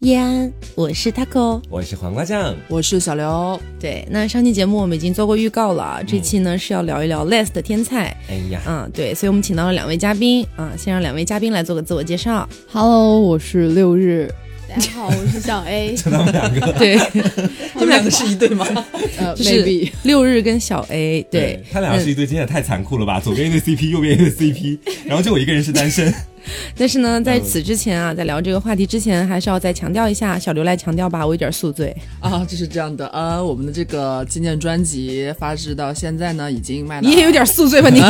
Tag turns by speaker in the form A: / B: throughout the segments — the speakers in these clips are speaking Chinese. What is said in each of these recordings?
A: 叶安，我是 Taco。
B: 我是黄瓜酱，
C: 我是小刘，
A: 对，那上期节目我们已经做过预告了，这期呢是要聊一聊 Less 的天菜。
B: 哎呀，
A: 嗯，对，所以我们请到了两位嘉宾，啊、先让两位嘉宾来做个自我介绍。
C: Hello，我是六日，
D: 大家好，我是哎小 A。
B: 就他们两个，
A: 对，
C: 他们两个是一对吗？呃
A: 就是
C: maybe
A: 六日跟小 A，对，嗯
B: 他俩是一对，真的太残酷了吧？左边一对 CP，右边一 对 CP，然后就我一个人是单身。
A: 但是呢，在此之前啊，在聊这个话题之前，还是要再强调一下，小刘来强调吧，我有点宿 醉，
C: 啊，就是这样的。呃，我们的这个纪念专辑发制到现在呢，已经卖了，
A: 你也有点宿醉吧 你？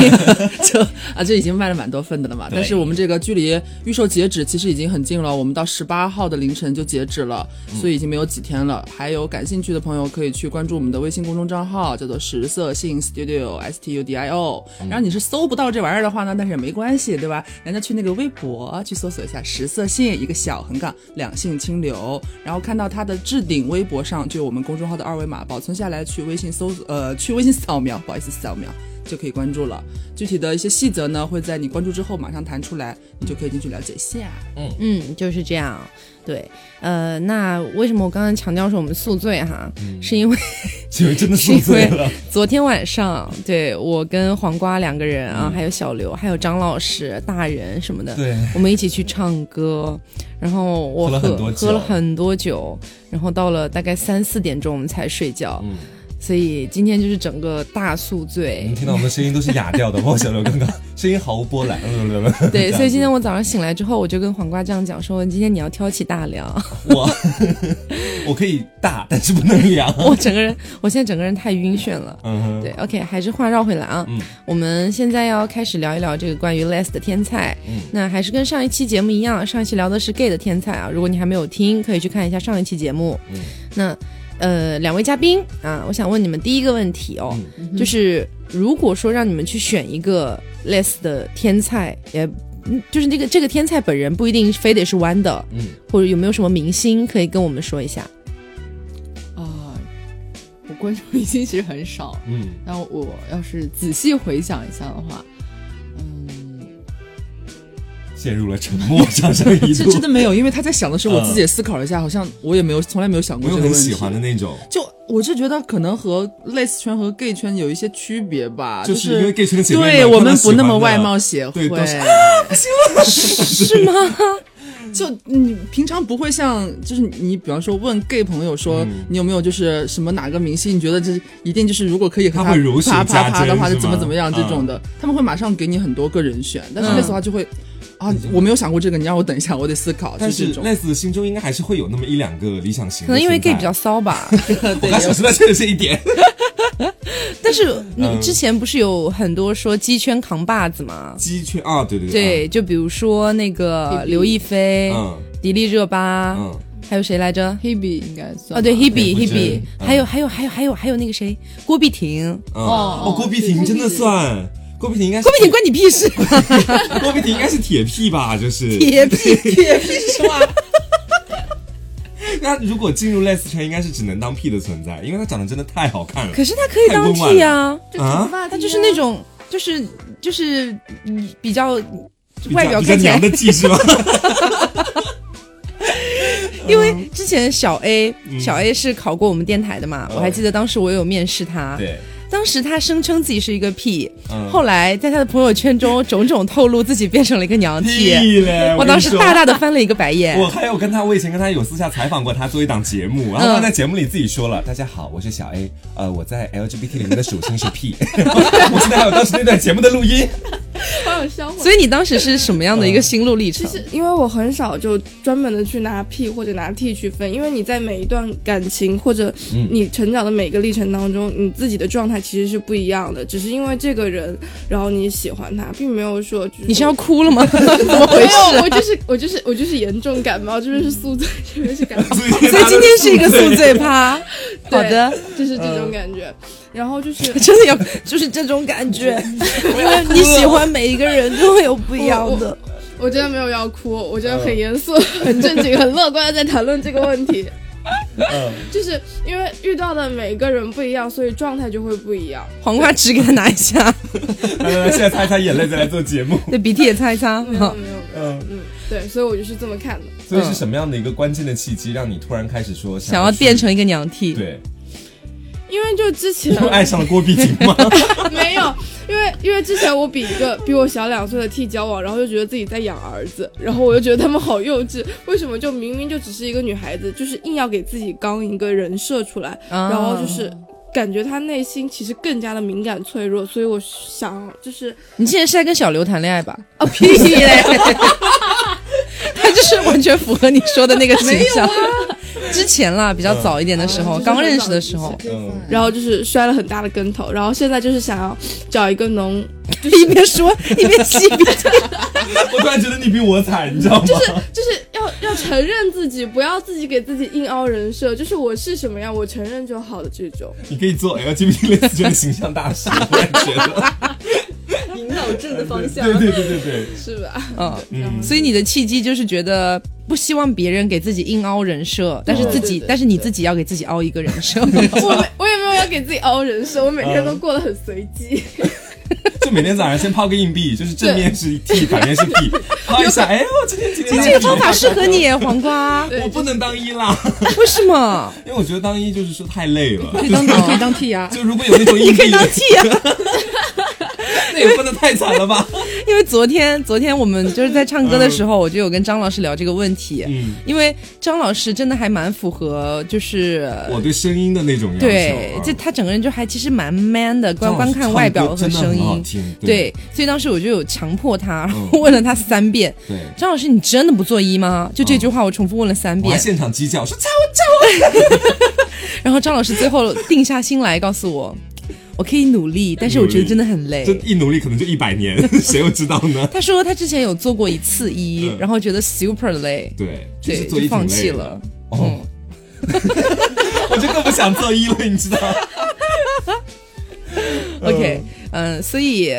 C: 就啊，这已经卖了蛮多份的了嘛。
B: 对
C: 但是我们这个距离预售截止其实已经很近了，我们到十八号的凌晨就截止了，所以已经没有几天了。还有感兴趣的朋友可以去关注我们的微信公众账号，叫做十色性 Studio S T U D I O。然后你是搜不到这玩意儿的话呢，但是也没关系，对吧？人家去那个微博去搜索一下十色性，一个小横杠两性清流，然后看到它的置顶微博上就有我们公众号的二维码，保存下来去微信搜索呃去微信扫描，不好意思扫描。就可以关注了。具体的一些细则呢，会在你关注之后马上弹出来，你就可以进去了解一下。
A: 嗯，就是这样。对，呃，那为什么我刚刚强调说我们宿醉哈？
C: 嗯
A: 是因为
B: 结果真的宿醉了，
A: 昨天晚上，对我跟黄瓜两个人啊，还有小刘，还有张老师、大人什么的，
B: 嗯对，
A: 我们一起去唱歌，然后我
B: 喝
A: 喝
B: 了很多酒
A: 喝了很多酒，然后到了大概三四点钟我们才睡觉，
B: 嗯
A: 所以今天就是整个大宿醉。
B: 你们听到我们的声音都是哑掉的，包括小刘刚刚声音毫无波澜。
A: 对，所以今天我早上醒来之后，我就跟黄瓜这样讲说，今天你要挑起大梁。
B: 我 我可以大，但是不能凉。
A: 我整个人，我现在整个人太晕眩了。
B: 嗯哼，
A: 对，OK，还是话绕回来啊，
B: 嗯
A: 我们现在要开始聊一聊这个关于 Les 的天菜。
B: 嗯
A: 那还是跟上一期节目一样，上一期聊的是 gay 的天菜啊。如果你还没有听，可以去看一下上一期节目。
B: 嗯
A: 那呃，两位嘉宾啊，我想问你们第一个问题
B: 嗯
A: 哦，就是如果说让你们去选一个 Les 的天菜，也嗯就是这个这个天菜本人不一定非得是弯的，
B: 嗯，
A: 或者有没有什么明星可以跟我们说一下？
E: 啊，我关注明星其实很少，
B: 嗯，
E: 但我要是仔细回想一下的话，嗯，
B: 陷入了沉默，长长一
C: 这
B: 度。
C: 真的没有，因为他在想的时候，我自己也思考了一下，好像我也没有从来没有想
B: 没
C: 过
B: 有
C: 这
B: 嗯
C: 个
B: 很
C: 问
B: 喜
C: 题。
B: 欢的 那种，
C: 就我是觉得可能和 les 圈和 gay 圈有一些区别吧，
B: 就
C: 就是
B: 因为 gay 圈的姐妹们
C: 对我们
B: 看到喜
C: 不
B: 欢
C: 那么
B: 的
C: 外貌协会，
B: 对都是
A: 是吗？
C: 就你平常不会像，就是你比方说问 gay 朋友说、
B: 嗯
C: 你有没有就是什么哪个明星，你觉得这一定就是如果可以和
B: 他会如数
C: 啪啪
B: 家
C: 啪
B: 珍
C: 的话，
B: 是吗
C: 就
B: 嗯
C: 怎么怎么样这种的，他们会马上给你很多个人选，但是类似的话就会。啊，我没有想过这个，你让我等一下，我得思考。
B: 但
C: 就是这种
B: 类似心中应该还是会有那么一两个理想型的存在。
A: 可能因为 gay 比较骚 吧。
B: 我刚想说的就是这一点。
A: 但是
B: 嗯
A: 你之前不是有很多说鸡圈扛把子吗？
B: 鸡圈啊，对对对，
A: 对，就比如说那个
E: 迪丽
A: 刘亦菲、
B: 嗯
A: 迪丽热巴，
B: 嗯，啊
A: 还有谁来着？
E: Hebe 应该
C: 啊
E: 算
A: 哦，对
E: 吧
A: ，Hebe
B: 郭碧
A: Hebe，
B: 珍嗯
A: 还有还有还有还有还有那个谁，郭碧婷，
B: 嗯
E: 哦
B: 哦，郭碧婷真的算，郭碧婷应该是
A: 郭碧婷关你屁 事，
B: 郭碧婷应该是铁屁吧，就是
A: 铁屁！
B: 那如果进入 les 圈，应该是只能当屁的存在，因为她长得真的太好看了
A: 可是她可以当
B: 太温婉
A: 替啊，
D: 这
B: 啊
D: 头发
A: 她就是那种就是就是嗯比较
B: 比较
A: 外表
B: 比较
A: 看起来
B: 娘，的技 是吧？
A: 因为
B: 嗯
A: 之前小 A 小 A 是考过我们电台的嘛，
B: 嗯
A: 我还记得当时我有面试她，
B: 对，
A: 当时她声称自己是一个屁，
B: 嗯
A: 后来在她的朋友圈中种种透露自己变成了一个娘替。
B: 屁嘞！
A: 我当时大
B: 大。
A: 大的翻了一个白眼
B: 我。还有跟她，我以前跟她有私下采访过她做一档节目，然后
A: 嗯
B: 她在节目里自己说了：“大家好，我是小 A，呃，我在 LGBT 里面的属性是 P。”我 现在还有当时那段节目的录音，
E: 好有香火。
A: 所以你当时是什么样的一个心路历程？
D: 就是因呃为我很少就专门的去拿 P 或者拿 T 去分，因为你在每一段感情或者你成长的每个历程当中，你自己的状态其实是不一样的，只是因为这个人，然后你喜欢他，并没有说就是
A: 你是要哭 了吗？怎么回
D: 没
A: 事？
D: 有，我就是我就是我就是严重感冒，这边是宿醉，这边是感冒，
B: 所以
A: 所以今天是一个宿
B: 醉。
A: 醉趴。好的，
D: 就是这 种感
A: 嗯
D: 觉。然后就是
A: 真的有，就是这种感 觉，因为你喜欢每一个人都会有不一样的。
D: 我真的没有要哭，我真的很严肃、很正经、很乐观的在谈论这个问题。
B: 嗯
D: 就是因为遇到的每个人不一样，所以状态就会不一样。
A: 黄瓜汁给他拿一下，
B: 来来来，现在擦一擦眼泪，再来做节目。
A: 对鼻涕也擦一擦。
D: 没有
A: 好
D: 没有，
B: 嗯，
D: 对，所以我就是这么看的。
B: 所以是什么样的一个关键的契机，让你突然开始说
A: 想要
B: 去
A: 变成一个娘替，
B: 对，
D: 因为就之 前
B: 又爱上了郭碧婷 吗？
D: 没有，因为因为之前我比一个比我小两岁的 T 交往，然后就觉得自己在养儿子，然后我就觉得他们好幼稚，为什么就明明就只是一个女孩子，就是硬要给自己刚一个人设出来，
A: 啊
D: 然后就是。感觉她内心其实更加的敏感脆弱，所以我想就是
A: 你现在是在跟小刘谈恋爱吧？啊屁嘞！ 他就是完全符合你说的那个形象。之前啦，比较早一点的时候，
D: 嗯
A: 刚认识的时候，
B: 嗯，
D: 然后就是摔了很大的跟头，然后现在就是想要找一个能
A: 一边说一边气一边
B: 我突然觉得你比我惨，你知道吗？
D: 就是要要承认自己，不要自己给自己硬凹人设，就是我是什么样，我承认就好的这种。
B: 你可以做哎 LGBT 类似圈的形象大使， 我突然觉得，
E: 引导正的方向
B: 对对对对对，
D: 是吧？
A: 嗯。
B: 嗯，
A: 所以你的契机就是觉得不希望别人给自己硬凹人设，但是自己
D: 对对，对
A: 但是你自己要给自己凹一个人设。
D: 我没，我也没有要给自己凹人设，我每天都
A: 嗯
D: 过得很随机。
B: 就每天早上先抛个硬币，就是正面是 T，反面是 P，抛一下，哎我今天今
A: 其
B: 天
A: 实这个方法适合你耶，黄瓜。
D: 对
B: 我不能当一啦，
A: 为什么？
B: 因为我觉得当一就是说太累了，
E: 可以当可
C: 哦
E: 以当替啊，
B: 就如果有那种硬
A: 你可
B: 币
A: 以，当替啊，
B: 那也不能太惨了吧？
A: 因为昨天昨天我们就是在唱歌的时候，我就有跟张老师聊这个问题，
B: 嗯，
A: 因为张老师真的还蛮符合，就是
B: 我对声音的那种要求，
A: 对，
B: 啊
A: 就他整个人就还其实蛮 man 的，光
B: 张老
A: 光
B: 师
A: 看外表
B: 唱歌
A: 和
B: 真的
A: 声
B: 很好
A: 音。
B: 听，
A: 对，所以当时我就有强迫他，然后
B: 嗯
A: 问了他三遍，
B: 对。
A: 张老师，你真的不做揖吗？就这句话，我重复问了三
B: 嗯我还
A: 遍。
B: 现场鸡叫说操！
A: 然后张老师最后定下心来，告诉我，我可以努力，但是我觉得真的很累
B: 这。一努力可能就一百年， 谁又知道呢？
A: 他说他之前有做过一次揖，
B: 嗯
A: 然后觉得 super 累，
B: 对，就
A: 对，
B: 是做一
A: 就放
B: 挺累
A: 弃
B: 的
A: 了。嗯
B: 哦，我就更不想做一了，你知道？
A: OK，嗯、所以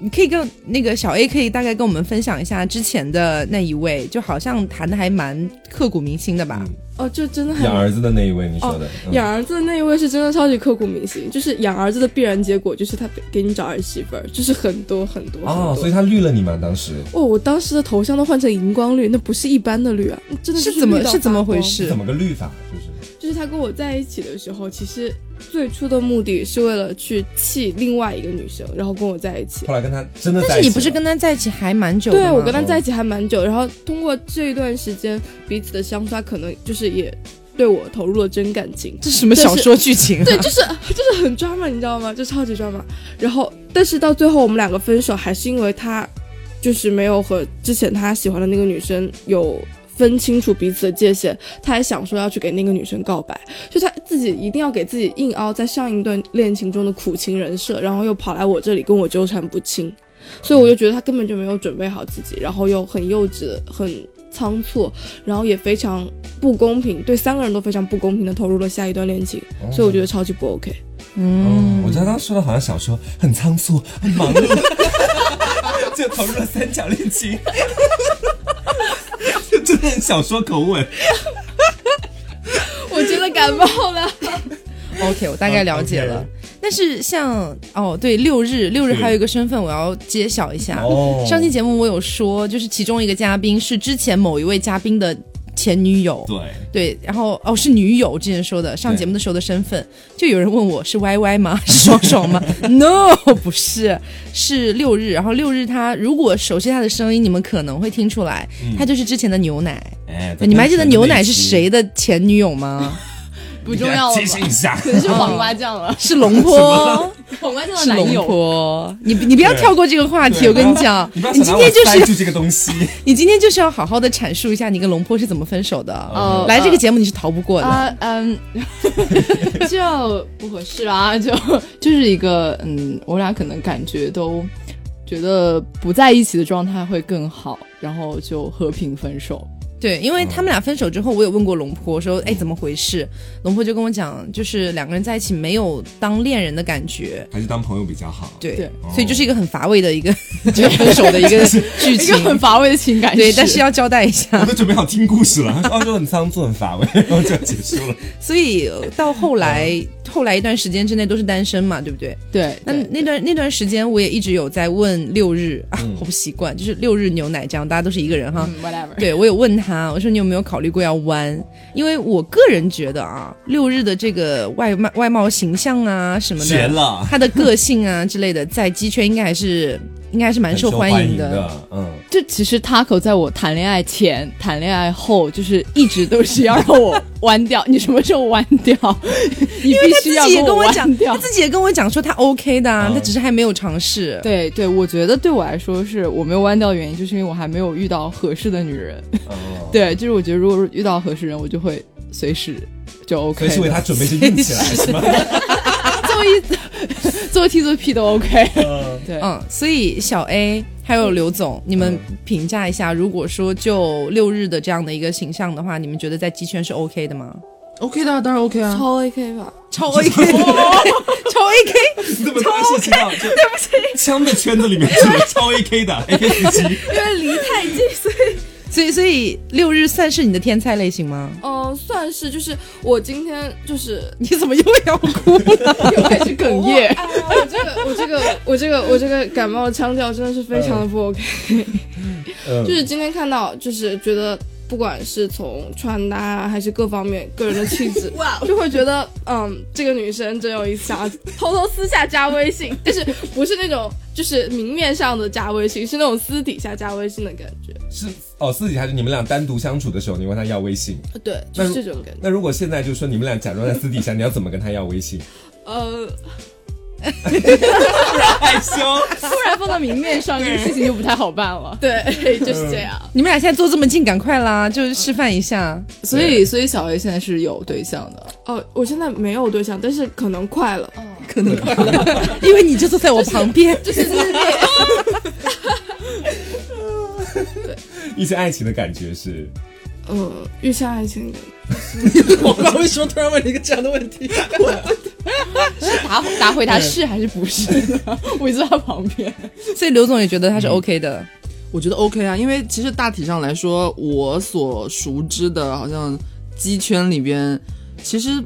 A: 你可以跟那个小 A 可以大概跟我们分享一下之前的那一位，就好像谈的还蛮刻骨铭心的吧？
D: 哦，就真的
B: 养
D: 很。
B: 儿子的那一位，你
A: 哦
B: 说的，嗯
D: 养儿子的那一位是真的超级刻骨铭心，就是养儿子的必然结果就是他给你找儿媳妇儿，就是很多很多很多。
B: 哦，所以他绿了你吗？当时
D: 哦，我当时的头像都换成荧光绿，那不是一般的绿啊，真的就是
A: 怎么
D: 绿到
A: 是怎么
D: 发光
A: 回事
B: 怎？么个绿法？就是
D: 就是他跟我在一起的时候，其实最初的目的是为了去气另外一个女生，然后跟我在一起。
B: 后来跟他真的在一起了，
A: 但是你不是跟他在一起还蛮久的
D: 对
A: 吗？
D: 我跟他在一起还蛮久，然后通过这一段时间彼此的相刷，可能就是也对我投入了真感情。
A: 这是什么小说剧情、啊？
D: 对，就是就是很抓马，你知道吗？就超级抓马。然后，但是到最后我们两个分手，还是因为他就是没有和之前他喜欢的那个女生有分清楚彼此的界限，他还想说要去给那个女生告白，就他自己一定要给自己硬凹在上一段恋情中的苦情人设，然后又跑来我这里跟我纠缠不清，所以我就觉得他根本就没有准备好自己，然后又很幼稚，很。仓促，然后也非常不公平，对三个人都非常不公平的投入了下一段恋情，
B: 哦
D: 所以我觉得超级不 OK。
B: 哦，我觉得他说的好像小说很仓促、很忙碌， 就投入了三角恋情， 就真的很小说口吻。
D: 我真的感冒了。
A: OK，我大概了解了。
B: OK
A: 但是像哦，对，六日六日
B: 是
A: 还有一个身份我要揭晓一下。
B: 哦
A: 上期节目我有说，就是其中一个嘉宾是之前某一位嘉宾的前女友。
B: 对，
A: 对，然后哦是女友之前说的，上
B: 对
A: 节目的时候的身份，就有人问我是 Y Y 吗？ 是爽爽吗？No，不是，是六日。然后六日他如果熟悉他的声音，你们可能会听出来，
B: 嗯
A: 他就是之前的牛奶。
B: 哎，在
A: 你们还记得
B: 跟前
A: 牛
B: 那
A: 奶
B: 一
A: 是
B: 期？
A: 谁的前女友吗？
E: 不重要了
B: 提醒
E: 吧
B: 一？下，
E: 可能 是黄瓜酱了，
A: 是龙坡，
E: 黄瓜酱的
A: 是
E: 男
A: 龙
E: 友，
A: 坡。你你不要跳过这个话题，
B: 对
A: 我跟你讲，
B: 你不要
A: 今
B: 想拿我
A: 天就
B: 塞
A: 是
B: 住这个东西，
A: 你今天就是要好好的阐述一下你跟龙坡是怎么分手的。
E: 哦
A: 来这个节目你是逃不过的。
E: 啊，嗯，就不合适啊，就就是一个嗯，我俩可能感觉都觉得不在一起的状态会更好，然后就和平分手。
A: 对，因为他们俩分手之后，我有问过龙坡说：“哎，怎么回事？”龙坡就跟我讲，就是两个人在一起没有当恋人的感觉。
B: 还是当朋友比较好。
A: 对，
E: 对哦
A: 所以就是一个很乏味的一个就 分手的一 个剧
E: 一个
A: 情。
E: 很乏味的情感史，
A: 对，但是要交代一下
B: 我。都准备好 听故事了，他说哦，就很仓促、很乏味，然后就结束了。
A: 所以呃到后来，后来一段时间之内都是单身嘛，对不对？
E: 嗯对，
A: 那
E: 对
A: 那段那段时间，我也一直有在问六日啊
B: 嗯，
A: 我不习惯，就是六日牛奶这样，大家都是一个人哈。
E: 嗯 ，whatever，
A: 对我有问他，我说你有没有考虑过要弯？因为我个人觉得啊，六日的这个外貌外貌形象啊什么
B: 绝
A: 的，
B: 了，
A: 他的个性啊之类的，在鸡圈应该还是应该还是蛮
B: 很
A: 受欢
B: 欢
A: 迎的。
B: 的，嗯，
E: 就其实 Taco 在我谈恋爱前、谈恋爱后，就是一直都是要 让我弯掉。你什么时候弯掉？你必须
A: 他
E: 要
A: 自己也跟
E: 我
A: 我讲
E: 弯，掉
A: 他。自己也跟我讲说他 OK 的啊，
B: 嗯
A: 他只是还没有尝试。
E: 对对，我觉得对我来说是我没有弯掉的原因，就是因为我还没有遇到合适的女人。
B: 哦，
E: 对，就是我觉得如果遇到合适人，我就会随时就
B: 所
E: OK 的。
B: 以是为他准备着硬起来是吗？
E: 做一做 T 做 P 都 OK。
B: 嗯
E: 对，
A: 嗯，所以小 A 还有刘总，你们评价一下，如果说就六日的这样的一个形象的话，你们觉得在鸡圈是 OK 的吗？
C: OK 的啊，当然 OK 啊。
D: 超 OK 吧？
A: 超 OK，超 OK，
B: 这么多事情啊， 对不起，枪的圈子里面只有超 AK 的 AK 四七，
D: 因为离太近， 所以
A: 所以所以六日算是你的天菜类型吗？
D: 嗯、算是就是我今天就是
A: 你怎么又要哭了？
E: 又开始哽咽。
D: 哎呀，我这个我这个我这个我这个感冒腔调真的是非常的不 OK。
B: 嗯
D: 就是今天看到，就是觉得不管是从穿搭啊还是各方面个人的气 质，就会觉得嗯，这个女生真有意思啊，偷偷私下加微 信，但是不是那种就是明面上的加微信，是那种私底下加微信的感觉。
B: 是哦，私底下就你们俩单独相处的时候，你问他要微信，
D: 对，
B: 那
D: 就是
B: 如
D: 这种感觉。
B: 那如果现在就说你们俩假装在私底下，你要怎么跟他要微信？
D: 呃，
B: 害羞，
E: 突然放到明面上，这个事情就不太好办了。
D: 对， 就是这样。
A: 你们俩现在坐这么近，赶快啦，就是示范一下。
E: 所以，所以小 A 现在是有对象的。
D: 哦，我现在没有对象，但是可能快了。
A: 因为你就坐在我旁边，
B: 一些爱情的感觉是，
D: 嗯，遇上爱情的
C: 我不知道为什么突然问了一个这样的问题。
E: 答答回答是还是不是呢？ 我坐在旁边。
A: 所以刘总也觉得他是 OK 的。
C: 我觉得 OK 啊，因为其实大体上来说，我所熟知的，好像鸡圈里边，其实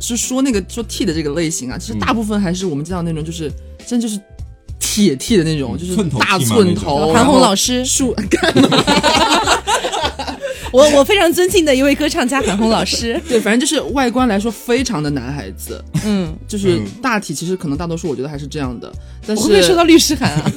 C: 是说那个说 T 的这个类型啊，其实大部分还是我们见到那种就是真就是铁 T 的那种，
B: 嗯
C: 就是
B: 寸头
C: 大
B: T 嘛
C: 寸
B: 那种
C: 头。
A: 韩红老
C: 师
A: 师，
C: 竖，，
A: 我我非常尊敬的一位歌唱家韩红老师
C: 对，反正就是外观来说非常的男孩子，
A: 嗯，
C: 就是
B: 嗯
C: 大体其实可能大多数我觉得还是这样的，但
A: 我
C: 是
A: 会不会收到律师函啊？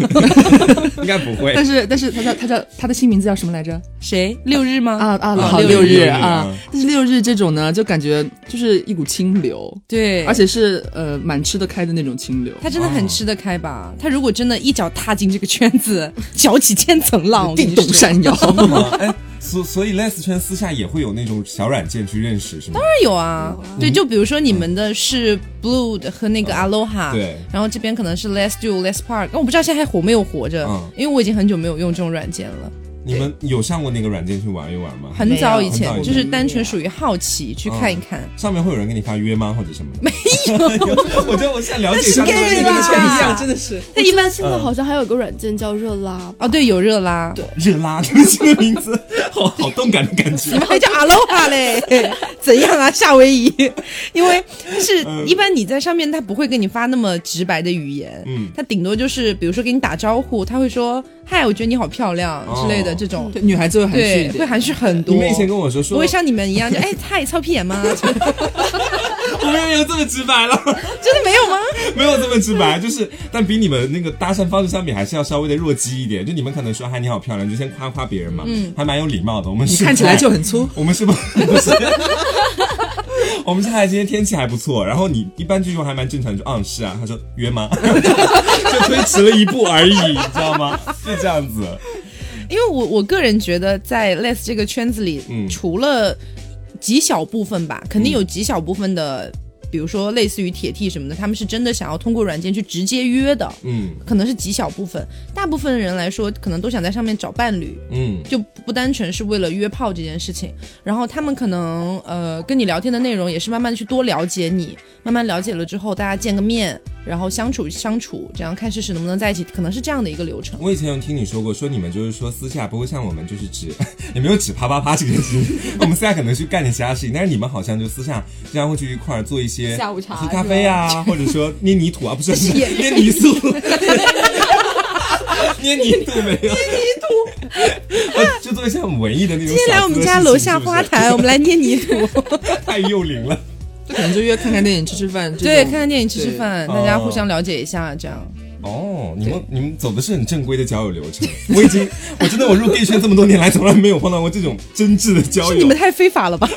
B: 应该不会
C: 但是但是他叫他叫他的新名字叫什么来着？
A: 谁？六日吗？
C: 啊啊，
A: 啊
C: 好
A: 六日
B: 六日
C: 啊
B: 嗯！
C: 但是六日这种呢，就感觉就是一股清流，
A: 对，
C: 而且是呃蛮吃得开的那种清流。
A: 他真的很吃得开吧？他如果真的一脚踏进这个圈子，搅起千层浪，我跟
C: 地
A: 你说
C: 动 山摇，
B: 真的吗？哎，所所以 Les 圈私下也会有那种小软件去认识，是吗？
A: 有啊，
B: 嗯
A: 对，就比如说你们的是 Blue 的和那个 Aloha，、
B: 对
A: 然后这边可能是 Less Do Less Park，我不知道现在还活没有活着，
B: 嗯
A: 因为我已经很久没有用这种软件了，
B: 你们有上过那个软件去玩一玩吗？
A: 很早以
B: 没
A: 前
B: 有嗯
A: 就是单纯属于好奇去看一看。
B: 上面会有人给你发约吗，或者什么的？没有， 我觉得我现在了解一下
A: 那是 gay 啦
B: 圈
A: 啊
C: 真的是
D: 他一般现在好像还有个软件叫热拉，
A: 哦，对，有热拉，对，
B: 热拉，这个名字 好好动感的感觉
A: 你。们还叫 Aloha 嘞？怎样啊，夏威夷？因为就是一般你在上面，他不会给你发那么直白的语言，
B: 嗯
A: 他顶多就是比如说给你打招呼，他会说嗨，我觉得你好漂亮之类的
B: 哦
A: 这种，
C: 女孩子会含蓄一
A: 对，会
C: 点。
A: 含蓄很多。
B: 你们以前跟我说说，
A: 不会像你们一 样，就哎嗨，操屁眼吗？真的
B: 我没哎有这么直白了，
A: 没有吗？
B: 没有这么直白，就是但比你们那个搭讪方式相比，还是要稍微的弱鸡一点。就你们可能说嗨你好漂亮，就先夸夸别人嘛，还蛮有礼貌的。我们
C: 你
B: 是
C: 看起来就很粗，
B: 我们是不不是？ 我们现在今天天气还不错，然后你一般这句话还蛮正常，就嗯是啊，他说约吗？ 就推迟了一步而已，你知道吗？是这样子，
A: 因为我我个人觉得，在 less 这个圈子里，
B: 嗯
A: 除了极小部分吧，肯定有极小部分的，比如说类似于铁 T 什么的，他们是真的想要通过软件去直接约的，
B: 嗯
A: 可能是极小部分。大部分人来说，可能都想在上面找伴侣，
B: 嗯
A: 就不单纯是为了约炮这件事情。然后他们可能呃跟你聊天的内容也是慢慢地去多了解你，慢慢了解了之后，大家见个面，然后相处相处，这样看试试能不能在一起，可能是这样的一个流程。
B: 我以前有听你说过，说你们就是说私下不会像我们就是只 也没有只啪啪啪这个事情， 我们私下可能去干点其他事情，但是你们好像就私下经常会去一块儿做一些
E: 下午茶
B: 喝咖 啡啊，或者说捏泥土啊，不是 是
A: 也
B: 捏泥塑，捏泥土没有？捏泥土，啊 就做一些很文艺的那种小资的事
A: 今
B: 情。
A: 天来我们家楼下花
B: 是
A: 坛，我们来捏泥土，
B: 不是 太幼龄了。
C: 就可能就约看看电影、吃吃饭这种。
A: 对，看看电影，吃吃饭，
B: 对
A: 大家互相了解一下，这样。
B: 哦，你们你们走的是很正规的交友流程。我已经，我真的我入 gay 圈这么多年来，从来没有碰到过这种真挚的交
A: 是
B: 友。
A: 你们太非法 了吧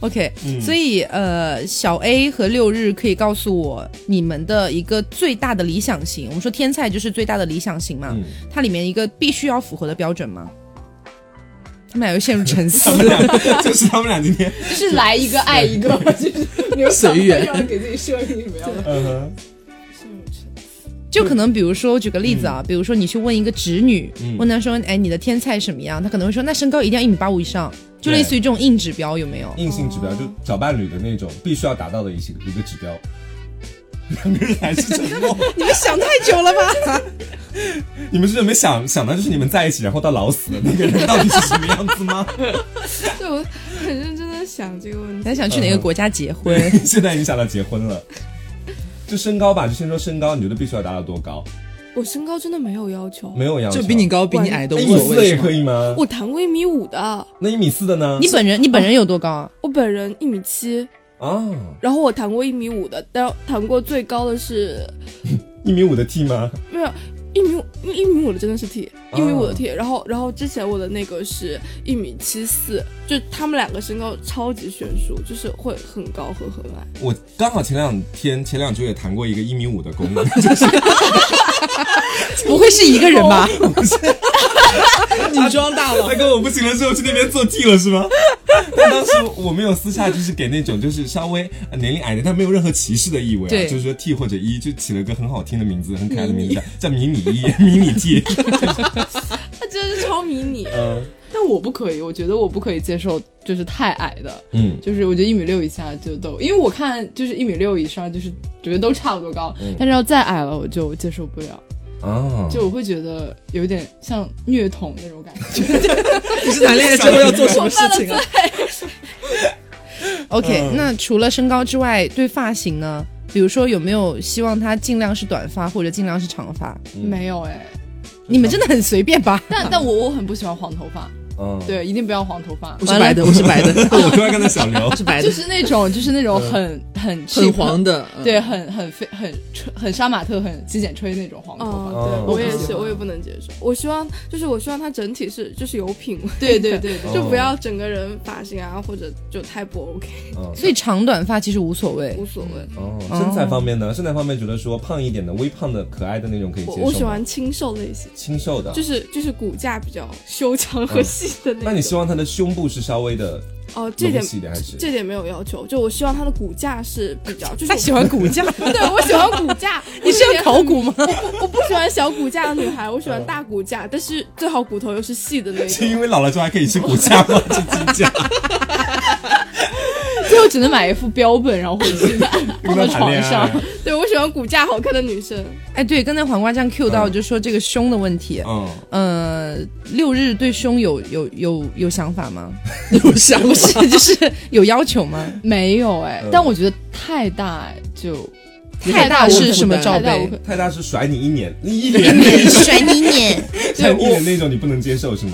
A: ？OK，、所以呃，小 A 和六日可以告诉我你们的一个最大的理想型。我们说天菜就是最大的理想型嘛，
B: 嗯
A: 它里面一个必须要符合的标准 吗？他们俩又陷入沉思
B: 他。们俩 就是他们俩今天，
E: 就是来一个爱一个，就是没有想
C: 随缘
E: 要给自己设定什么样的。
B: 嗯哼，
A: 就可能比如说，我举个例子啊，比如说你去问一个直女，
B: 嗯
A: 问她说，哎，你的天菜什么样？她可能会说，那身高一定要一米八五以上，就类似于这种硬指标，有没有？
B: 硬性指标就找伴侣的那种必须要达到的一些一个指标。两个人还是沉 默，
A: 你们想太久了吧？
B: 你们是准备想想到就是你们在一起然后到老死的那个人到底是什么样子 吗？
D: 对我很认真的想这个问
A: 你
D: 题。
A: 还 想去哪个国家结 婚？
B: 对，现在已经想到结婚了。就身高吧，就先说身高，你觉得必须要达到多高？
D: 我身高真的没有要求，
B: 没有要求，
C: 就比你高、比你矮都
B: 那一
C: 无
B: 米
C: 所
B: 四
C: 谓，
B: 也
C: 是吗
B: 可以吗？
D: 我谈过一米五的，
B: 那一米四的呢？
A: 你本人你本人有多高啊？
D: 我本人一米七，
B: 啊，
D: 然后我谈过一米五的，但谈过最高的是
B: 一米五的 T 吗？
D: 没有一米五，一米五的真的是 T，
B: 啊
D: 一米五的 T，、然后然后之前我的那个是一米七四，就他们两个身高超级悬殊，就是会很高和很矮。
B: 我刚好前两天前两周也谈过一个一米五的公公，就是
A: 不会是一个人吧？
C: 你装大了。
B: 他跟我不行了之后去那边做 T 了是吗？但当时我没有私下就是给那种就是稍微呃年龄矮的，但没有任何歧视的意味
A: 对
B: 啊，就是说 T 或者一就起了个很好听的名字，很可爱的名字叫迷你 一、迷你 T。
D: 他真的是超迷你，
B: 嗯
E: 但我不可以，我觉得我不可以接受，就是太矮的，
B: 嗯，
E: 就是我觉得一米六以下就都，因为我看就是一米六以上，就是觉得都差不多高，
B: 嗯
E: 但是要再矮了我就接受不了，
B: 啊，
E: 就我会觉得有点像虐童那种感觉。
C: 你是谈恋爱之后要做什么事情啊？
A: OK，、
B: 嗯
A: 那除了身高之外，对发型呢？比如说有没有希望他尽量是短发或者尽量是长发？
E: 没有哎，
A: 你们真的很随便吧？
E: 但但我我很不喜欢黄头发，
B: 嗯，
E: 对，一定不要黄头发
C: 我，是白的，我是白的，
B: 我突然跟他想聊
C: 我，是白的
E: 就，是那种就是那种很很
C: 很
E: cheap
C: 黄的，嗯
E: 对，，很很非很吹很杀马特，很极简吹那种黄头
A: 嗯
E: 发。
D: 哦，对
B: 我
D: 我
B: 不
D: 也
B: 喜
D: 是，
E: 欢
D: 我也不能接受。我希望就是我希望他整体是就是有品味，
E: 对对对 对，
D: 就不要整个人发型啊或者就太不 OK，
B: 嗯
A: 所以长短发其实无所谓
D: 无。所谓。
B: 哦，身材方面呢？身材方面觉得说胖一点的、微胖的、可爱的那种可以接
D: 我
B: 受吗
D: 我喜欢清瘦类型，
B: 清瘦的，
D: 就是就是骨架比较修长和细的
A: 嗯
D: 那种。
B: 那你希望他的胸部是稍微的
D: 哦，这
B: 隆
D: 点
B: 起一点还是？
D: 这点没有要求，就我希望他的骨架是 比较，就是
A: 他喜欢骨架，
D: 我 对我喜欢骨 架，
A: 你是
D: 我
A: 要考古吗？嗯
D: 我不喜欢小骨架的女孩，我喜欢大骨架，但是最好骨头又是细的 那
B: 是 因
D: 种。
B: 为老了之后还可以吃骨架吗？吃鸡架？
E: 最后只能买一副标本，然后回去 放在床上。
B: 啊
D: 对我喜欢骨架好看的女生，
A: 哎，对，刚才黄瓜酱 Q 到，
B: 嗯
A: 就说这个胸的问题。
B: 嗯，
A: 呃，六日对胸有有有有想法吗？
C: 有想
A: 不是， 就是有要求吗？
E: 没有哎
B: 嗯，
E: 但我觉得太大就
A: 太大是什么罩
E: 太大我
A: 杯
E: 可？
B: 太大是甩你一脸，一脸 那 种，
A: 甩你脸。
B: 甩你一脸那种，你不能接受是吗？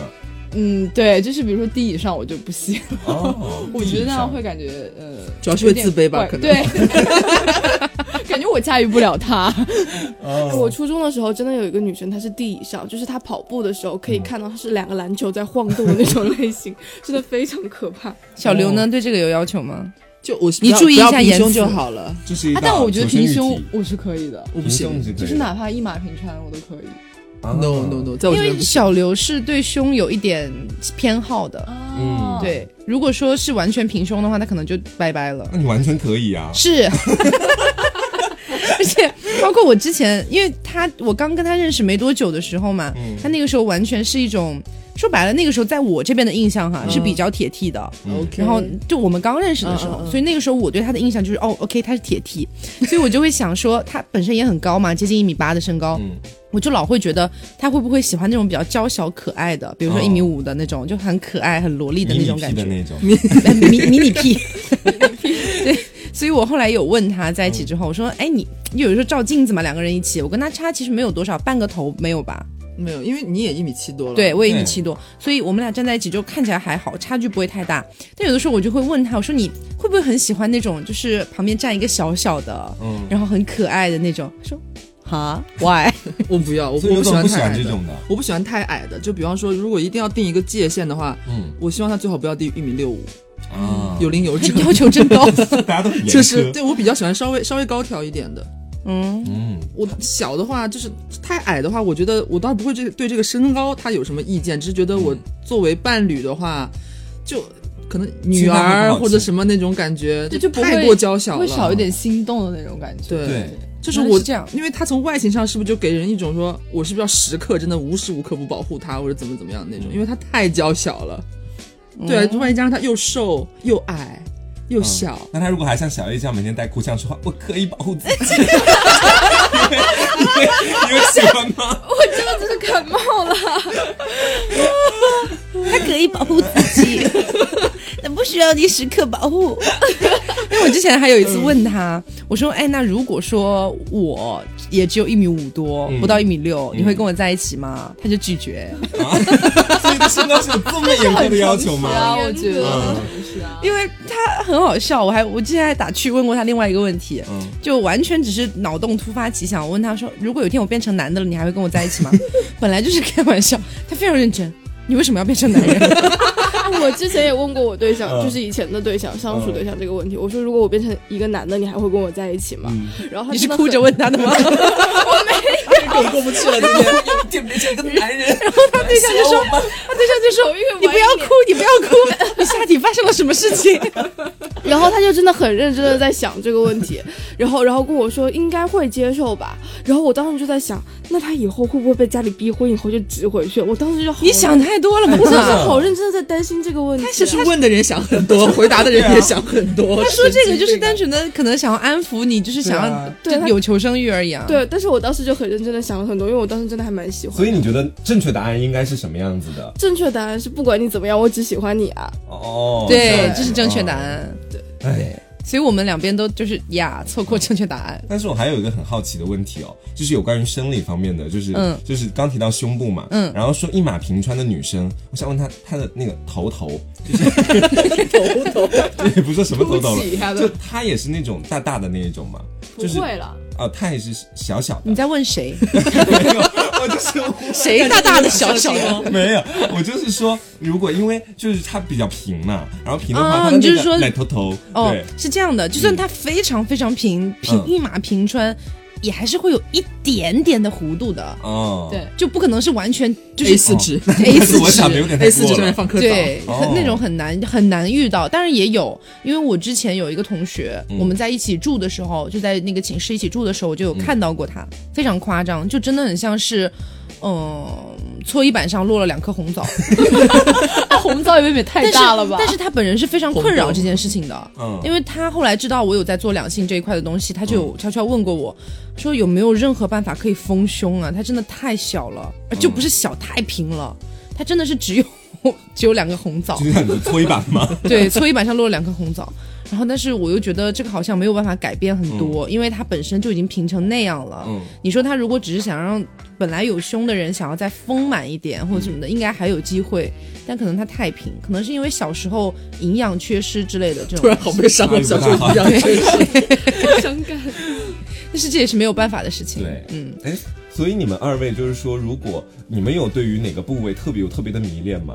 E: 嗯，对，就是比如说低以上我就不行，
B: 哦，
E: 我觉得那样会感觉呃，
C: 主要是会自卑吧
E: 有点
C: 可能
E: 怪对， 感觉我驾驭不了他。啊
D: 哎我
B: 哦，
D: 初中的时候真的有一个女生，她是 D 以上，就是她跑步的时候可
B: 嗯
D: 以看到她是两个篮球在晃动的那种类型， 真的非常可怕。
A: 小刘呢？对这个有要求吗？
C: 就我是
A: 你
C: 不要
A: 注意一下
C: 不要平
A: 言
C: 胸
A: 辞
C: 就好了，
B: 这是一
E: 啊
B: 道，
E: 但我觉得
B: 求生
E: 平
B: 欲
E: 胸
B: 题
E: 我是可以的，
C: 我不
B: 平胸
C: 行
B: 是可以的，
E: 就是哪怕一马平川我都可以。
B: 啊
C: ，no no no，在我
A: 因
C: 这边
A: 为
C: 不行
A: 小刘是对胸有一点偏好的，
B: 嗯
A: 对。如果说是完全平胸的话，他可能就拜拜了。
B: 那你完全可以啊。
A: 是，而且包括我之前，因为他我刚跟他认识没多久的时候嘛，
B: 嗯
A: 他那个时候完全是一种说白了，那个时候在我这边的印象哈、
C: 嗯
A: 是比较铁 T 的。
C: OK，
A: 然后就我们刚认识的时候，
C: 嗯嗯嗯
A: 所以那个时候我对他的印象就是哦，OK，他是铁 T，所以我就会想说他本身也很高嘛，接近一米八的身高，
B: 嗯
A: 我就老会觉得他会不会喜欢那种比较娇小可爱的，比如说
B: 哦
A: 一米五 的那种，就很可爱、很萝莉的
B: 迷
A: 那
B: 你
A: 种
B: 屁
A: 感
B: 的
A: 觉，
B: 那种，
A: 迷迷你屁。对，所以我后来有问他在一起之后，我说，哎，你你有时候照镜子嘛，两个人一起，我跟他差其实没有多少，半个头没有吧？
C: 没有，因为你也一米七多了，
A: 对，我也一
B: 对
A: 米七多，所以我们俩站在一起就看起来还好，差距不会太大。但有的时候我就会问他，我说你会不会很喜欢那种，就是旁边站一个小小的，
B: 嗯，
A: 然后很可爱的那种？说哈，why？，
C: 我不要，我
B: 所以
C: 我
B: 有
C: 喜
B: 种
C: 欢
B: 不
C: 太
B: 喜
C: 矮
B: 欢这
C: 的。
B: 种的，
C: 我不喜欢太矮的，就比方说，如果一定要定一个界限的话，
B: 嗯
C: 我希望他最好不要低于一米六五，
B: 啊，
C: 有零有 整
A: 要求真高。
B: 大家都很严
C: 就是
B: 苛，
C: 对我比较喜欢稍微稍微高挑一点的。
A: 嗯，
B: 嗯，
C: 我小的话就是太矮的话，我觉得我倒不会这对这个身高他有什么意见，只是觉得
B: 嗯
C: 我作为伴侣的话，就可能女儿或者什么那种感觉，
E: 这就不会
C: 太过娇小了，
E: 会少一点心动的那种感觉。
C: 对
B: 对，
C: 就是
A: 原来
C: 我
A: 是这样
C: 因为他从外形上是不是就给人一种说我是不是要时刻真的无时无刻不保护他，或者怎么怎么样那
A: 嗯
C: 种？因为他太娇小了，对
A: 哦
C: 啊，万一加上他又瘦又矮又
B: 嗯
C: 小，
B: 那他如果还像小 A 这样每天带哭腔说话，我可以保护自己，你会你会喜欢吗？
E: 这样子就感冒了。
A: 他可以保护自 己，他不需要你时刻保护。因为我之前还有一次问他，我说：“哎，那如果说我也只有一米五多，
B: 嗯
A: 不到一米六，
B: 嗯
A: 你会跟我在一起吗？”他就拒绝，
B: 啊，所以对身高是有这么严苛的要求
E: 对
B: 吗？
E: 啊，我觉得
B: 嗯
E: 是啊，
A: 因为他很好笑。我还我之前还打趣问过他另外一个问题，
B: 嗯，
A: 就完全只是脑洞突发奇想，我问他说：“如果有一天我变成男的了，你还会跟我在一起 吗？”本来就是开玩笑，他非常认真。你为什么要变成男人？
D: 我之前也问过我对象，
B: 嗯
D: 就是以前的对象，相处对象这个问题。我说，如果我变成一个男的，你还会跟我在一起吗？
B: 嗯
D: 然后他
A: 你是
D: 真的
A: 哭着
D: 很
A: 问他的吗？
C: 更过不去了，这边又见没见个男 人，
A: 他对象就说，他对象就说， 你不要哭，你不要哭， 你下体发生了什么事 情？
D: 然后他就真的很认真的在想这个问题， 然后然后跟我说应该会接受吧，然后我当时就在想，那他以后会不会被家里逼婚，以后就直回去？我当时就好
A: 你想太多了嘛，
D: 我
A: 真
D: 当时
A: 的。
D: 好认真的在担心这个问题，
C: 只是问的人想很多，回答的人也想很多。
A: 他说这个就是
C: 神经病啊
A: 单纯的可能想要安抚你，就是想要
D: 对啊对
A: 就
D: 他
A: 有求生欲而已啊。，
D: 对，但是我当时就很认真的想了很多，因为我当时真的还蛮喜欢。
B: 所以你觉得正确答案应该是什么样子的？
D: 正确答案是不管你怎么样，我只喜欢你啊！
B: 哦，这
A: 对
B: 样，子
A: 这是正确答。案。
B: 哦哎，
A: 所以我们两边都就是呀，错过正确答案。
B: 但是我还有一个很好奇的问题哦，就是有关于生理方面的，就是、
A: 嗯
B: 就是刚提到胸部嘛，
A: 嗯
B: 然后说一马平川的女生，我想问她她的那个头头， 就是头头，对，不是说什么头头
E: 凸起她
B: 了，
E: 的
B: 就她也是那种大大的那一种嘛，就是
E: 不会 了，
B: 哦，她也是小小的
A: 你，在问谁？
B: 没有，我就 是
A: 谁大大的小小的？
B: 没 有，我就是说，如果因为就是她比较平嘛，然后平的
A: 哦
B: 话，她的
A: 你就是
B: 那
A: 说
B: 个奶头头，
A: 哦
B: 对，，
A: 是这样的，就算它非常非常平平
B: 嗯
A: 一马平川，也还是会有一点点的弧度的，
B: 哦，
E: 对
A: 就不可能是完全就是哦
C: A 四纸
A: A 四
B: 我想
A: 纸
B: 的有点太
C: ，A 四纸
B: 过
C: 上面
B: 了，
C: 放颗枣。
A: 对，
B: 哦
A: 很那种很难很难遇到，当然也有，因为我之前有一个同学，
B: 嗯
A: 我们在一起住的时候，就在那个寝室一起住的时候，我就有看到过
B: 嗯
A: 他，非常夸张，就真的很像是，嗯、搓衣板上落了两颗红 枣，
E: 啊红枣也未免太
A: 但是
E: 大了吧？
A: 但是他本人是非常困扰这件事情的，
B: 嗯，
A: 因为他后来知道我有在做两性这一块的东西，他就有悄悄问过我，说有没有任何办法可以丰胸啊？他真的太小了，呃就不是小太平了，他真的是只有只有两个红 枣
B: 就，是很多搓衣板 嘛，
A: 对，搓衣板上落了两颗红枣。然后，但是我又觉得这个好像没有办法改变很多，因为他本身就已经平成那样了。
B: 嗯
A: 你说他如果只是想让本来有胸的人想要再丰满一点或者什么的，应该还有机会，但可能他太平，可能是因为小时候营养缺失之类的这种。
C: 突然好悲伤啊，小时候一样，真是
D: 伤感。
A: 但是这也是没有办法的事情。
B: 对
A: 嗯，
B: 哎，所以你们二位就是说，如果你们有对于哪个部位特别有特别的迷恋吗？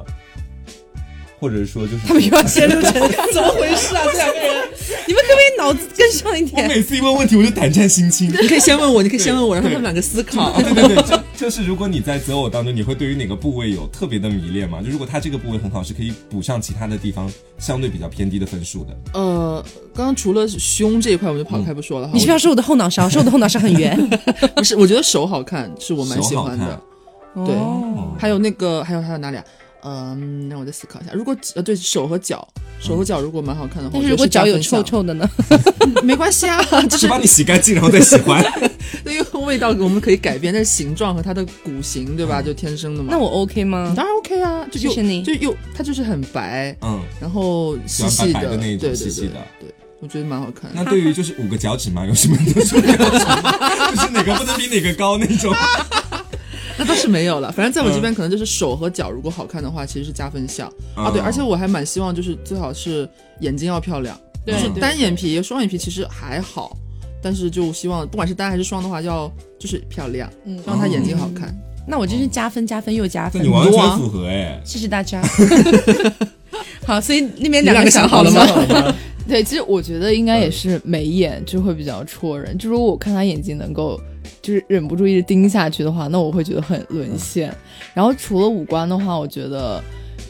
B: 或者说就是
A: 他们又 要陷入沉思，
C: 怎么回事啊？这两个人，
A: 你们可不可以脑子跟上一
B: 我
A: 点？
B: 每次一问问题，我就胆战心惊。
C: 你可以先问我，你可以先问我，让他们两个思考。
B: 对对对，就 就是如果你在择偶当中，你会对于哪个部位有特别的迷恋吗？就如果他这个部位很好，是可以补上其他的地方相对比较偏低的分数的。
C: 呃，刚刚除了胸这一块，我们就跑开不说了 哈。
A: 你是不是要说我的后脑勺？说我的后脑勺很 圆。
C: 我不是，我觉得手好看，是我蛮喜欢
B: 手好
A: 哦
C: 的。对，还有那个，还有还有哪里啊？嗯，让我再思考一下。如果呃对手和脚，手和脚如果蛮好看的话，
A: 嗯但
C: 我
A: 是
C: 觉
A: 如
C: 得
A: 果
C: 是加
A: 脚有
C: 分
A: 臭
C: 项，
A: 臭的呢？
C: 没关系啊， 就
B: 就是把你洗干净，然后再喜 欢。
C: 因为味道我们可以改变，但是形状和它的骨型，对吧？就天生的嘛。
A: 嗯那我 OK 吗？
C: 当然 OK 啊，就
A: 谢
C: 又
A: 谢你
C: 就又它就是很白，
B: 嗯，
C: 然后细
B: 喜
C: 细
B: 欢白白的那
C: 对
B: 种
C: 对
B: 细细的
C: 对，对我觉得蛮好看的。
B: 那对于就是五个脚趾嘛，有什么 特殊标准吗？就是哪个不能比哪个高那种？
C: 那倒是没有了，反正在
B: 嗯
C: 我这边可能就是手和脚如果好看的话，其实是加分项啊。
B: 嗯
C: 对，而且我还蛮希望就是最好是眼睛要漂亮，
E: 对
C: 就是
E: 对
C: 单眼皮、双眼皮其实还好，但是就希望不管是单还是双的话，要就是漂亮，
E: 嗯
C: 让她眼睛好看。
A: 那我真是加分加分又加
B: 那
A: 分嗯
B: 你，完
C: 多啊
B: 全符合哎。
A: 谢谢大家。 好，所以那边
C: 你
A: 两
C: 两
A: 个
C: 个
A: 想
C: 想
A: 好了
C: 好
A: 吗嗯
C: 了？
E: 对，其实我觉得应该也是眉眼就会比较戳人。就如果我看他眼睛能够就是忍不住一直盯下去的话，那我会觉得很沦
A: 嗯
E: 陷。然后除了五官的话，我觉得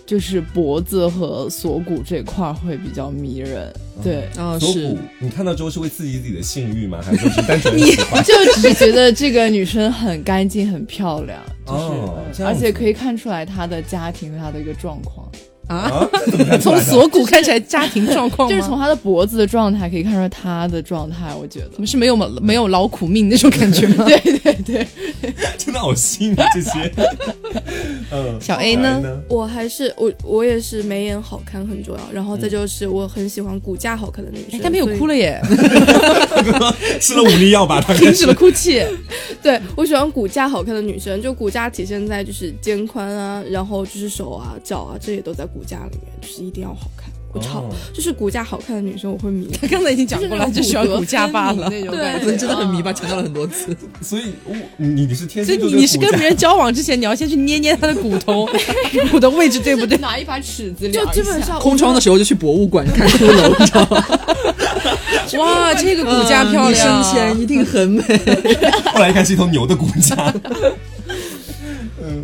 E: 就是脖子和锁骨这块儿会比较迷人。
A: 嗯
E: 对，
C: 啊，
A: 哦
B: 锁
C: 是
B: 骨，你看到之后是会刺激自己的性欲吗？还是就是单纯的喜 欢？
E: 就只是觉得这个女生很干净、很漂亮，就是、
B: 哦
E: 嗯
B: 这样
E: 而
B: 子
E: 且可以看出来她的家庭和她的一个状况，
B: 啊，
A: 从锁骨看起来家庭状况吗
E: 就是从她的脖子的状态可以看出来她的状态。我觉
A: 我
E: 得，
A: 们是没有没有劳苦命那种感觉吗？ 对，
B: 真的好新啊这 些。嗯，
A: 小 A 哎 呢
B: 小呢？
D: 我还是我我也是眉眼好看很重要，然后再就是我很喜欢骨架好看的女生。
A: 嗯哎但没有
D: 所以
A: 哭 了耶，
B: 吃了五粒药 吧？他
A: 停止了哭泣。
D: 对我喜欢骨架好看的女生，就骨架体现在就是肩宽啊，然后就是手啊、脚啊，这些都在骨架里面，就是一定要好看。我操，
B: 哦
D: 就是骨架好看的女生，我会迷。
A: 他刚才已经讲过了，就需要骨架罢了。
E: 那种
D: 对
E: 感
C: 我
E: 觉
C: 真的很迷吧，强调了很多次。
B: 所以我你你是天
A: 所以
B: 生就
A: 你
B: 对
A: 你是
B: 骨
A: 跟
B: 架
A: 别人交往之前，你要先去捏捏他的骨头， 骨头位置对不对？
E: 拿一把尺子
D: 就
E: 量一
D: 基本
E: 下
D: 上
C: 空窗的时候就去博物馆看骷髅，你知道吗？
A: 哇，这个 骨架漂
C: 你生
A: 亮。啊
C: 前一定很美。
B: 后来一看是一头牛的骨 架，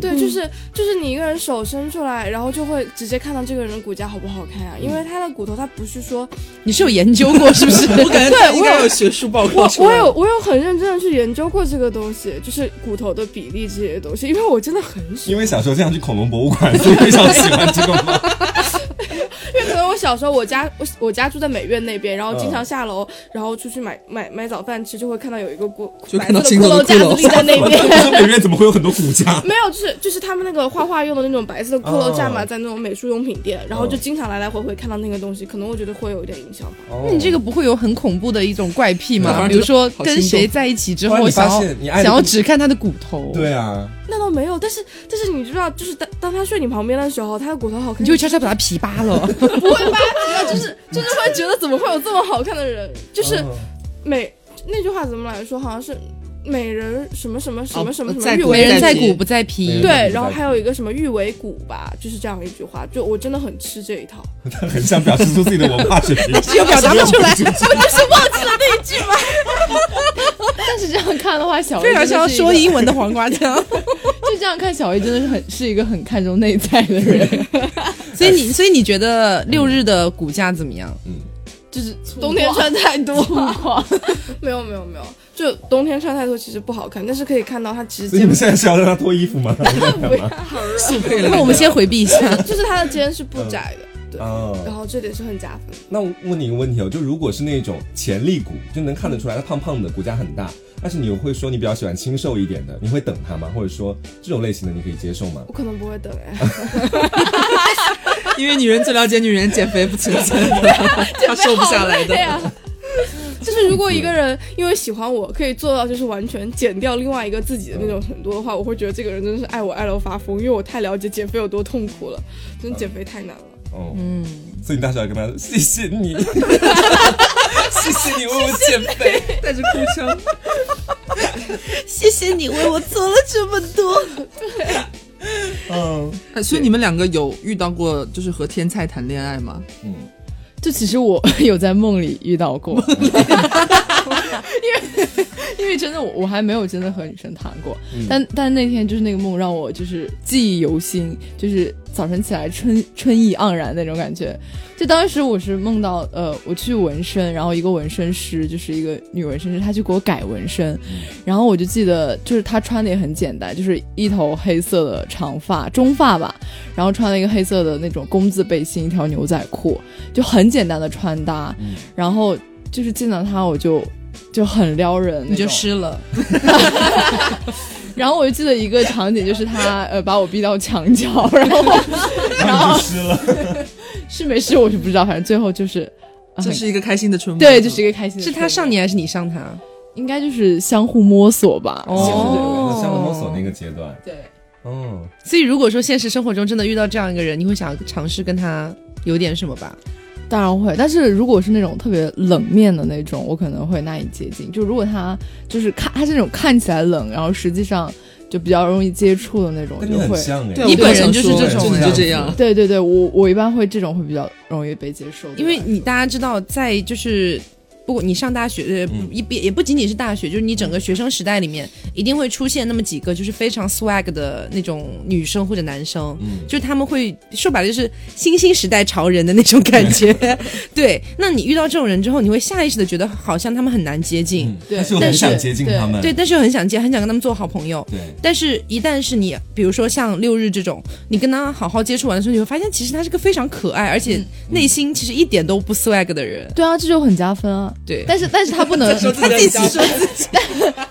D: 对，就是就是你一个人手伸出来，然后就会直接看到这个人的骨架好不好看啊？因
C: 嗯
D: 为他的骨头，他不是说
A: 你是有研究过是不是？
C: 我感觉他应该有学术报告
D: 我
C: 出
D: 我
C: 来
D: 有我有很认真的去研究过这个东西，就是骨头的比例这些东西，因为我真的很喜
B: 因为小时候经常去恐龙博物馆，所以非常喜欢这个猫。
D: 因为可能我小时候我家我我家住在美院那边，然后经常下楼，然后出去买买买早饭吃，就会看到有一个锅
C: 就
D: 白
C: 看
D: 色
C: 到
D: 的
C: 青
D: 骷
C: 色
D: 髅
C: 的
D: 架
C: 骷髅
D: 子立在
A: 哎
D: 那
B: 我
D: 边。
B: 说美院怎么会有很多骨 架？
D: 没有，就是就是他们那个画画用的那种白色的骷髅架嘛，
B: 哦
D: 在那种美术用品店，然后就
B: 哦
D: 经常来来回回看到那个东西，可能我觉得会有一点影响吧。
A: 那 你这个不会有很恐怖的一种怪癖
B: 对
A: 吗？
B: 啊
A: 比如说
C: 好心动
A: 跟谁在一起之
B: 突然
A: 后，
B: 你
A: 想
B: 发
A: 要
B: 现你爱的
A: 想要
B: 不
A: 只看他的骨头，
B: 对，啊，
D: 那倒没有，但是但是你知道，就是当当他睡你旁边的时候，他的骨头好看，
A: 你 就悄悄把他皮扒 了。
D: 不会吧？就是就是会觉得怎么会有这么好看的人？就是美那句话怎么来说？好像是美人什么什么什么什么什
C: 哦在
D: 么欲
C: 骨
A: 没
D: 为
A: 人
D: 人
A: 在
C: 皮
A: 骨不在皮，啊
B: 没
D: 对
B: 人，在
D: 然后
B: 骨
D: 还有一个什么欲为骨吧，就是这样一句话。就我真的很吃这一套。
B: 他很想表示出自己的文化水平， 但是
A: 又表达不出来
E: 但是这样看的话，小 A
A: 非常
E: 真
A: 像
E: 的
A: 啊要
E: 是一个
A: 说英文的黄瓜酱。
E: 就这样看，小 A 真的是很是一个很看重内在的人，
A: 所以你所以你觉得六日的骨架怎么样？
E: 就是
D: 冬天穿太多，
E: 粗犷，
D: 没有没有没有，就冬天穿太多其实不好看，但是可以看到他其实
B: 所以你
D: 肩
B: 们现在是要让他脱衣 服吗？干嘛？
C: 速配了
A: 那我们先回避一下。
D: 就是他的肩是不窄的，对，然
B: 哦，
D: 后这点是很加分的。
B: 那我问你一个问题哦，就如果是那种潜力股，就能看得出来他胖胖的，骨架很大，但是你会说你比较喜欢清瘦一点的，你会等他吗？或者说这种类型的你可以接受吗
D: 我？可能不会等哎，
C: 因为女人最了解女人减肥不起来，她瘦不下来的。
D: 对呀。就是如果一个人因为喜欢我，可以做到就是完全减掉另外一个自己的那种程度的话，我会觉得这个人真的是爱我爱到发疯，因为我太了解减肥有多痛苦了，真的减肥太难了。
B: 哦，嗯，所以你大小要跟他说谢谢你，
C: 谢谢你为我减肥， 带着哭腔。
A: 谢谢你为我做了这么多。
B: 嗯，
C: 哎，所以你们两个有遇到过就是和天菜谈恋爱吗？
E: 就其实我有在梦里遇到过，因为真的我我还没有真的和女生谈过，但但那天就是那个梦让我就是记忆犹新，就是早晨起来春春意盎然那种感觉。就当时我是梦到呃我去纹身，然后一个纹身师就是一个女纹身师，她去给我改纹身，然后我就记得就是她穿的也很简单，就是一头黑色的长发中发吧，然后穿了一个黑色的那种工字背心，一条牛仔裤，就很简单的穿搭，
B: 嗯
E: 然后就是见到她我就。就很撩人，
A: 你就湿了。
E: 然后我就记得一个场景，就是他呃把我逼到墙角，然后
B: 然后你就湿了。
E: 是没事我是不知道，反正最后就是，啊
C: 这是一个开心的春晚。
E: 对，就是一个开心的
A: 是
E: 瞬间。
A: 他上你还是你上他？
E: 应该就是相互摸索吧。
A: 哦
B: 像摸索那个阶段，
E: 对，
B: 嗯，
A: 所以如果说现实生活中真的遇到这样一个人，你会想尝试跟他有点什么吧？
B: 啊
E: 当然会。但是如果是那种特别冷面的那种，我可能会难以接近。就如果他就是看他是那种看起来冷，然后实际上就比较容易接触的那种，
B: 跟
E: 就
B: 你很
E: 会。
B: 像哎，
C: 对，
A: 你
C: 我
A: 本
C: 想
A: 人就是
C: 说
A: 这
C: 就
A: 种
C: 你
A: 人
C: 就这样。
E: 对对对，我我一般会这种会比较容易被接受，
A: 因为你大家知道，在就是不管你上大学，呃
B: 嗯，
A: 一别也不仅仅是大学，就是你整个学生时代里面，一定会出现那么几个就是非常 swag 的那种女生或者男生。
B: 嗯，
A: 就是他们会说白了就是新兴时代潮人的那种感觉，
B: 嗯
A: 对。那你遇到这种人之后，你会下意识的觉得好像他们很难接近，
B: 嗯
E: 对
B: 但是我
A: 但
B: 很
A: 是
B: 想接近他们，
A: 对，但是又很想见，很想跟他们做好朋友。
B: 对，
A: 但是，一旦是你，比如说像六日这种，你跟他好好接触完的时候，你会发现，其实他是个非常可爱，而且内心其实一点都不 swag 的人。
E: 对啊，这就很加分啊。
A: 对，
E: 但是但是他不 能
A: 他自己说 自己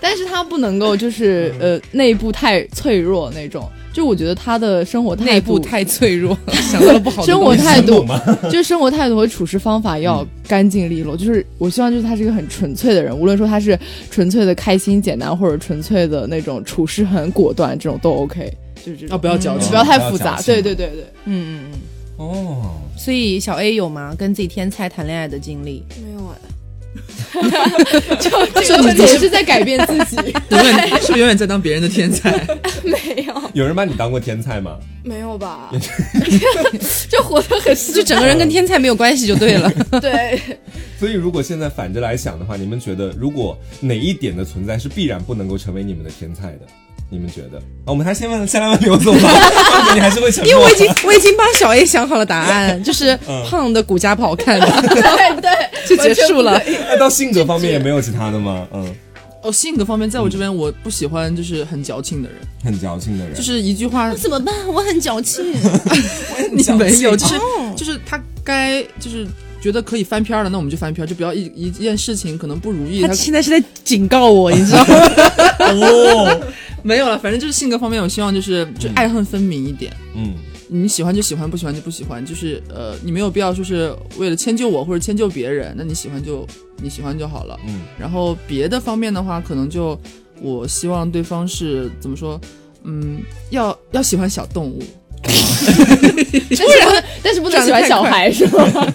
E: 但是他不能够就是
A: 嗯
E: 呃内部太脆弱那种，就我觉得他的生活态
A: 内部
E: 度、
A: 太脆弱，想到了不好的
E: 生
A: 东
E: 活
A: 西嗯
B: 你
E: 态
B: 是
E: 度
B: 懂吗，
E: 就是生活态度和处事方法要干净利落。就是我希望就是他是一个很纯粹的人，无论说他是纯粹的开心简单，或者纯粹的那种处事很果断，这种都 OK。就是这
C: 啊，
E: 种，
C: 不要矫情
E: 不。要太复
B: 不要矫
E: 杂。
B: 情
E: 对对对对，
A: 嗯嗯嗯。
B: 哦，
A: 所以小 A 有吗？跟自己天菜谈恋爱的经 历？
D: 没有哎，
E: 这个问题是在改变自己。
C: 永远是不是永远在当别人的天才？
D: 没有，
B: 有人把你当过天才吗？
D: 没有 吧？
A: 就活得很，就整个人跟天菜没有关系就 对了。
D: 对，
B: 所以如果现在反着来想的话，你们觉得如果哪一点的存在是必然不能够成为你们的天才的？你们觉得？啊，我们还先问，先来问刘总吧，或者 你还是会沉默。
A: 因为我已经我已经帮小 A 想好了答 案，就是胖的骨架不好看， 对对， 就结束了。
B: 哎到性格方面也没有其他的吗？嗯，
C: 哦，性格方面，在我这边我不喜欢就是很矫情的人，
B: 很矫情的人，
C: 就是一句话
A: 怎么办？我很矫情。
C: 你没有，就是
A: 哦
C: 就是他该就是觉得可以翻篇儿了，那我们就翻篇儿，就不要一一件事情可能不如意，
A: 他
C: 他
A: 现在是在警告我，你知道吗？
B: 哦，
C: 没有了。反正就是性格方面，我希望就是就爱恨分明一点。
B: 嗯，
C: 你喜欢就喜欢，不喜欢就不喜欢，就是呃，你没有必要说是为了迁就我或者迁就别人，那你喜欢就你喜欢就好了。
B: 嗯，
C: 然后别的方面的话，可能就我希望对方是怎么说，嗯，要要喜欢小动物，
E: 但是不能，但是不能喜欢小孩是吗？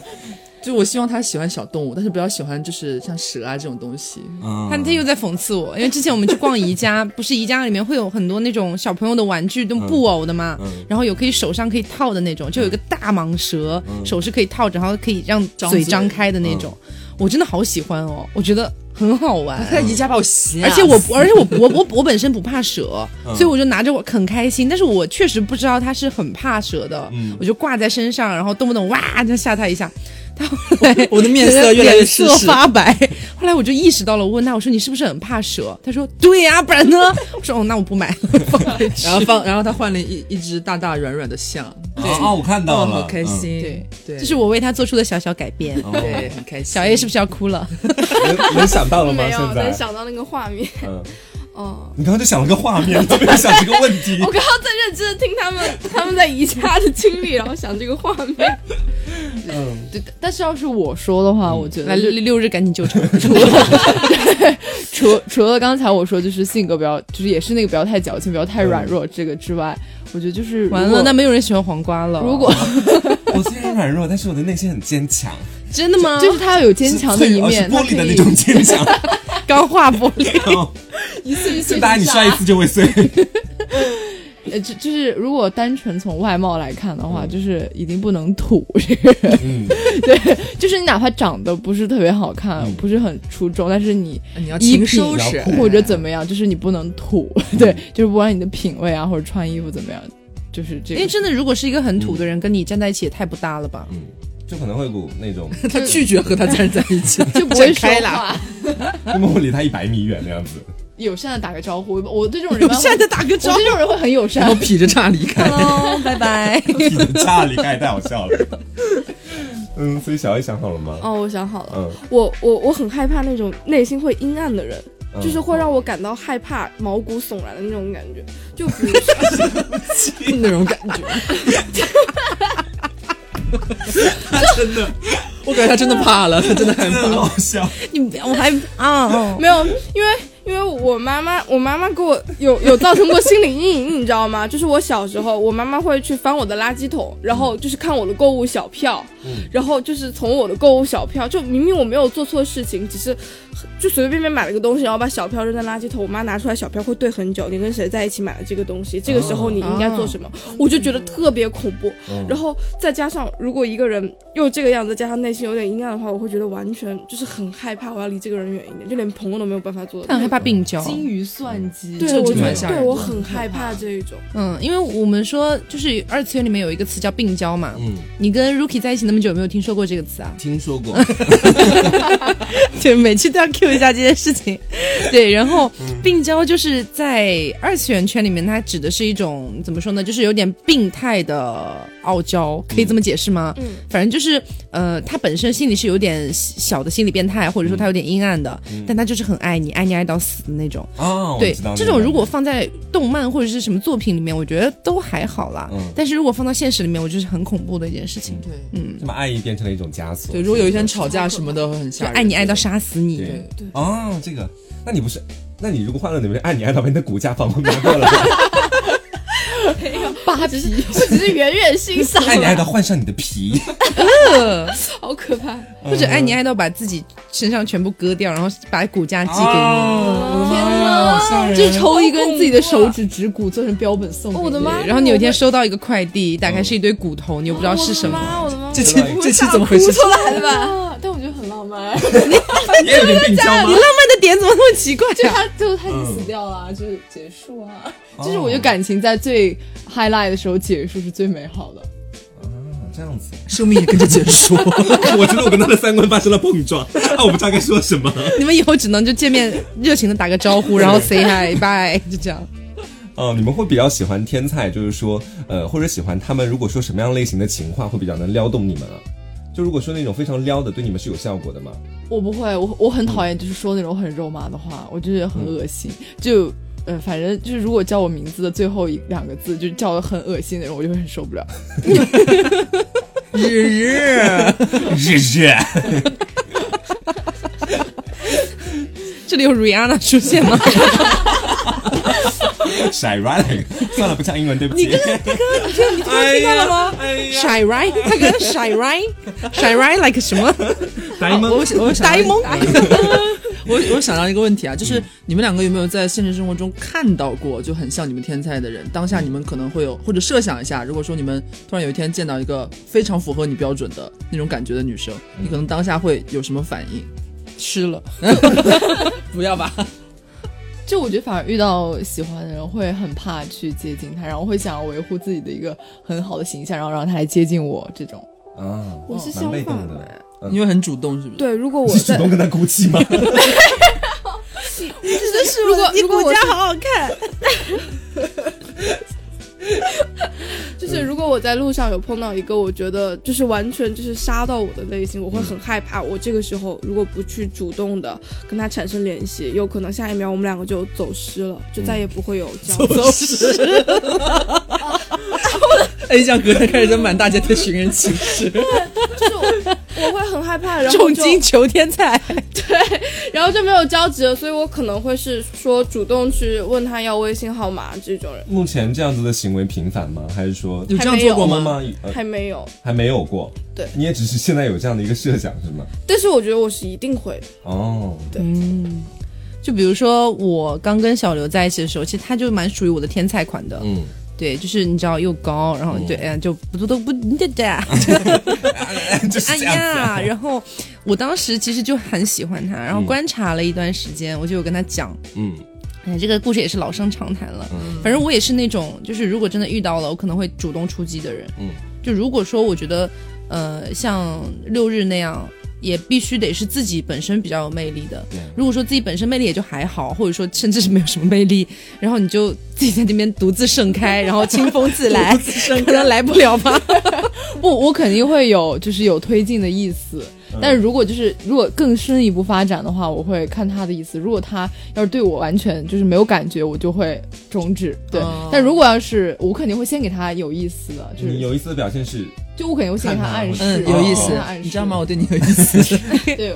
C: 就我希望他喜欢小动物，但是不要喜欢就是像蛇啊这种东西。
B: 啊
A: 他他又在讽刺我，因为之前我们去逛宜家， 不是宜家里面会有很多那种小朋友的玩具，那种布偶的嘛。
B: 嗯
A: 然后有可以手上可以套的那种，就有一个大蟒蛇，
B: 嗯
A: 手是可以套着，然后可以让
C: 张
A: 嘴
C: 嘴
A: 张开的那种。我真的好喜欢哦，我觉得很好 玩。
C: 他在宜家啊把我吓
A: 而且我不，而且我我我我本身不怕 蛇，
B: 嗯
A: 所以我就拿着我很开心。但是我确实不知道它是很怕蛇的，
B: 嗯
A: 我就挂在身上，然后动不动哇就吓它一下。它后来
C: 我的面色越来越失
A: 脸色
C: 势。
A: 发白。后来我就意识到了，我问他，我说你是不是很怕蛇？他说对呀、不然呢？我说哦，那我不买了，放回去
C: 然后放，然后他换了一一只大大软软的象，
B: 啊，我看到
C: 哦，
B: 了，
C: 好开心，
A: 对
C: 对，
A: 这是我为他做出的小小改变。
B: 嗯。
C: 对，很开心。
A: 小 A 是不是要哭了？
B: 哦能能想到了吗？
D: 没有，
B: 现
D: 但
B: 在，
D: 想到那个画面，
B: 嗯，
D: 哦，
B: 你刚刚就想了个画面， 都没有想这个问题
D: 我。刚刚在认真的听他们 他们在宜家的经历，然后想这个画面，
B: 嗯，
E: 对，但是要是我说的话，我觉
A: 来
E: 得
A: 六六日赶紧救 场。
E: 除除了刚才我说，就是性格不要，就是也是那个不要太矫情，不要太软弱这个之外，我觉得就是
A: 完
E: 如果
A: 了，那没有人喜欢黄瓜了。
E: 如果
B: 我虽然软弱，但是我的内心很坚强，
A: 真的吗？
E: 就是他要有坚强的一面，
B: 是
E: 他
B: 玻
E: 可
B: 璃的
E: 以
B: 那 种坚强。
A: 钢化玻璃，
B: 哦
E: 一次一次
B: 就大家你摔一次就会碎。
E: 呃，就就是如果单纯从外貌来看的话，就是一定不能土 这个人。
B: 嗯，
E: 就是你哪怕长得不是特别好看，不是很出众，但是你
C: 你要
E: 衣
C: 勤
E: 品
C: 收
B: 要
C: 拾
B: 酷，
E: 或者怎么样，就是你不能土。 对，就是不管你的品味啊，或者穿衣服怎么样，就是这
A: 因
E: 个
A: 为。真的，如果是一个很土
C: 嗯
A: 的人跟你站在一起，也太不搭了吧？
B: 就可能会有股那种，
C: 他拒绝和他家人在一 起。
E: 就不会
A: 展
E: 说
A: 开啦
E: 话，
B: 那么我离他一百米远那样子，
E: 友善的打个招呼。我对这种 人吧，
A: 的打个
E: 我对这种人会很友
C: 然
E: 善
C: 后。劈着叉离开，
A: ，Hello，拜拜。
B: 你的家里盖太好笑了。 嗯，所以小 A 想好了吗？
D: 哦，我想好了，
B: 嗯，
D: 我我我很害怕那种内心会阴暗的人，
B: 嗯
D: 就是会让我感到害怕、毛骨悚然的那种感觉。就比如说，
C: 那种感觉。他真的，我感觉他真的怕了，他真的害
B: 真的哦
C: 怕。
B: 很好笑。
A: 你不要，我还啊，哦
D: 没有，因为因为我妈妈，我妈妈给我有有造成过心理阴影，你知道吗？ 就是我小时候，我妈妈会去翻我的垃圾桶，然后就是看我的购物小票，然后就是从我的购物小票，就明明我没有做错事情，只是就随随便便买了个东西，然后把小票扔在垃圾桶，我妈拿出来小票会对很久，你跟谁在一起买了这个东西，这个时候你应该做什么，我就觉得特别恐怖。
B: 嗯
D: 然后再加上如果一个人又这个样子，加上内心有点阴暗的话，我会觉得完全就是很害怕，我要离这个人远一点，就连朋友都没有办法做
A: 他
D: 到。
A: 很害怕病娇。
E: 金鱼算计，
D: 对，
E: 这
D: 我
E: 真
D: 觉
E: 的
D: 得
E: 很吓人
D: 对我很害怕这 一种。
A: 嗯，因为我们说就是二次元里面有一个词叫病娇嘛，
B: 嗯，
A: 你跟 Rookie 在一起那么久，有没有听说过这个词啊？
B: 听说过，
A: 对，每次都要 Q 一下这件事情。 对，然后病娇就是在二次元圈里面，它指的是一种怎么说呢，就是有点病态的傲娇，可以这么解释吗？
D: 嗯，
A: 反正就是呃，他本身心里是有点小的心理变态，或者说他有点阴暗的，但他就是很爱你，爱你爱到死的那种。
B: 啊，我
A: 对
B: 知道，
A: 这
B: 那
A: 种如果放在动漫或者是什么作品里面，我觉得都还好啦。
B: 嗯
A: 但是如果放到现实里面，我就是很恐怖的一件事情，
C: 对
B: 什么爱意变成了一种枷锁，
C: 对，如果有一天吵架什么的，会很
A: 就
C: 吓人。
A: 爱你爱到杀死你。
B: 对
C: 对，
B: 哦，这个，那你不是，那你如果换了，你们哎按你按到你的骨架放旁边过来，
E: 扒皮，
D: 我只是远远欣 赏，
B: 按你按到换上你的 皮，
D: 好可怕。
A: 或者爱你爱到把自己身上全部割掉，然后把骨架 寄给你。
B: 啊哪
E: 就抽一根自己的手指指骨做成标本送给你。
D: 哦我的妈！
A: 然后你有一天收到一个快递，打开是一堆骨头，你又不知道是什 么。
D: 我的妈！我的妈！
C: 这期这期怎么回事？
D: 来吧，
E: 啊！但我觉得很浪漫，
B: 你也有点病娇吗
A: 你？浪漫的点怎么那么奇怪
E: 就
A: 啊？
E: 他就他已经死掉了，就结束啊。
B: 哦
E: 就是我觉得
A: 哦
E: 感情在最 highlight 的时候结束是最美好的。
B: 这样子，
C: 生命也跟着结 束。
B: 我觉得我跟他的三观发生了碰撞，啊，我不知道该说什 么。
A: 你们以后只能 就见面热情的打个招呼，然后 say hi bye，就这样。
B: 嗯，你们会比较喜欢天菜，就是说，呃，或者喜欢他们，如果说什么样类型的情话会比较能撩动你们啊？就如果说那种非常撩的，对你们是有效果的吗？
E: 我不会，我我很讨厌就是说那种很肉麻的话，我就觉得很恶心。就呃，反正就是如果叫我名字的最后一两个字就是叫的很恶心的人，我就会很受不了。
C: 日日，
B: 日日，
A: 这里有 Rihanna 出现 吗？
B: 甩软了，算了，不像英文，对不起。
A: 你听到了吗
B: 哎呀，
A: ？Shy right，他跟 Shy right，Shy right like 什么
B: 呆萌，
C: 我我 想哎
A: 呆萌？
C: 我我想到一个问题啊，就是你们两个有没有在现实生活中看到过就很像你们天才的人？当下你们可能会有，或者设想一下，如果说你们突然有一天见到一个非常符合你标准的那种感觉的女生，你可能当下会有什么反 应？
A: 吃了。
C: 不要吧，
E: 就我觉得反而遇到喜欢的人会很怕去接近他，然后会想要维护自己的一个很好的形象，然后让他来接近我 这种。
B: 啊，
D: 我是
B: 蛮
D: 相
B: 被
D: 反
B: 动的。
C: 因为很主动，是不是？
D: 对，如果我
B: 你是
D: 在
B: 主动跟他哭泣吗？
D: 是如果如果我家好好看。 就是如果我在路上有碰到一个我觉得就是完全就是杀到我的类型，我会很害怕。我这个时候如果不去主动的跟他产生联系，有可能下一秒我们两个就走失了，就再也不会有交流。
C: 走失。A 酱哎隔天开始在满大街对寻人启事，
D: 就是我我会很害怕，然后
A: 重
D: 就
A: 金求天才，
D: 然后就没有交集了，所以我可能会是说主动去问他要微信号码这种人，
B: 目前这样子的行为频繁吗？还是说
C: 有这样做过吗？
B: 吗？呃
D: 还没有。
B: 还没有过。
D: 对
B: 你也只是现在有这样的一个设想是吗？
D: 但是我觉得我是一定会的，
B: 哦，
A: 嗯，就比如说我刚跟小刘在一起的时候，其实他就蛮属于我的天菜款的，
B: 嗯，
A: 对，就是你知道又高，然后对，哎呀就不都不你这这，
B: 就是
A: 哎
B: 这样子啊、
A: 呀，然后我当时其实就很喜欢他，然后
B: 嗯
A: 观察了一段时间，我就有跟他讲，
B: 嗯
A: 哎，这个故事也是老生常谈了。
B: 嗯
A: 反正我也是那种，就是如果真的遇到了，我可能会主动出击的人。
B: 嗯，
A: 就如果说我觉得，呃，像六日那样，也必须得是自己本身比较有魅力的。
B: 对
A: 如果说自己本身魅力也就还好，或者说甚至是没有什么魅力，然后你就自己在那边独自盛开，然后清风自来，可能来不了吧。
E: 不， 我肯定会有，就是有推进的意思。
B: 嗯
E: 但是如果就是如果更深一步发展的话，我会看他的意思。如果他要是对我完全就是没有感觉，我就会终止。对，
C: 哦
E: 但如果要是我肯定会先给他有意思的，就
B: 你嗯
E: 是
B: 有意思的表现是，
E: 就我肯定会先给他
B: 看他
E: 暗示，
C: 嗯，
B: 哦
C: 有意
E: 先
C: 思
E: 给他暗示，
C: 你知道吗？？我对你有意 思。
E: 对，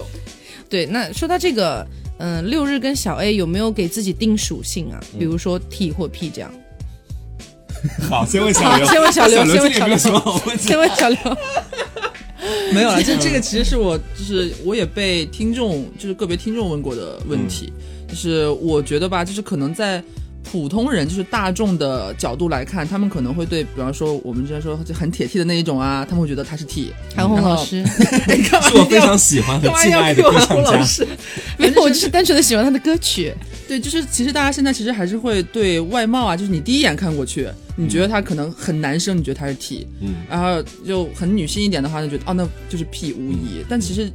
A: 对，那说到这个，嗯、六日跟小 A 有没有给自己定属性啊？比如说 T 或 P 这样。
B: 好，先问小刘，
A: 先问小刘
B: 刘，
A: 先
B: 这
A: 问
B: 里有没有什么好问题
A: 先？问小刘，
C: 没有了，这这个其实是我就是我也被听众就是个别听众问过的问题，就是我觉得吧，就是可能在。普通人就是大众的角度来看，他们可能会对，比方说我们之前说就很铁 T 的那一种啊，他们会觉得他是 T，哎
A: 韩红老 师，
B: 是我非常喜欢和敬爱的歌唱家。
A: 没有，我就是单纯的喜欢他的歌曲。
C: 对，就是其实大家现在其实还是会对外貌啊，就是你第一眼看过去，你觉得他可能很男生，你觉得他是 T，
B: 嗯
C: 然后就很女性一点的话，就觉得哦，那就是 P 无疑。但其实，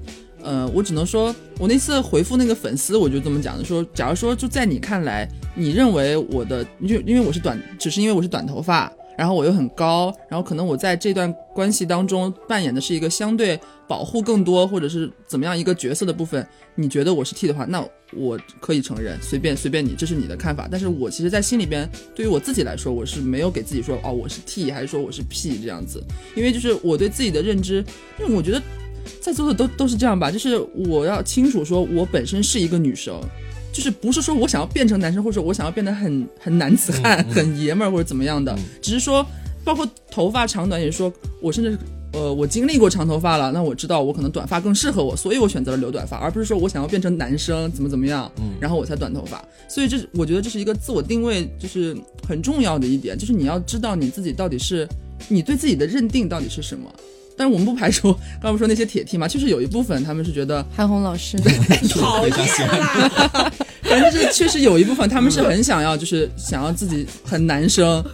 C: 呃，我只能说，我那次回复那个粉丝，我就这么讲的，说，假如说就在你看来，你认为我的，就因为我是短，只是因为我是短头发，然后我又很高，然后可能我在这段关系当中扮演的是一个相对保护更多，或者是怎么样一个角色的部分，你觉得我是 T 的话，那我可以承认，随便随便你，这是你的看法。但是我其实，在心里边，对于我自己来说，我是没有给自己说哦，我是 T 还是说我是 P 这样子，因为就是我对自己的认知，因为我觉得在座的都都是这样吧，就是我要清楚说我本身是一个女生。就是不是说我想要变成男生，或者说我想要变得很很男子汉、很爷们儿或者怎么样的，只是说包括头发长短也是说，我甚至呃，我经历过长头发了，那我知道我可能短发更适合我，所以我选择了留短发，而不是说我想要变成男生怎么怎么样，然后我才短头发。所以这是我觉得这是一个自我定位，就是很重要的一点，就是你要知道你自己到底是你对自己的认定到底是什么。但是我们不排除刚不是说那些铁 T 嘛，确实有一部分他们是觉得，
A: 韩红老师，
B: 是我非常喜欢。
C: 反正就是确实有一部分他们是很想要，就是想要自己很男生，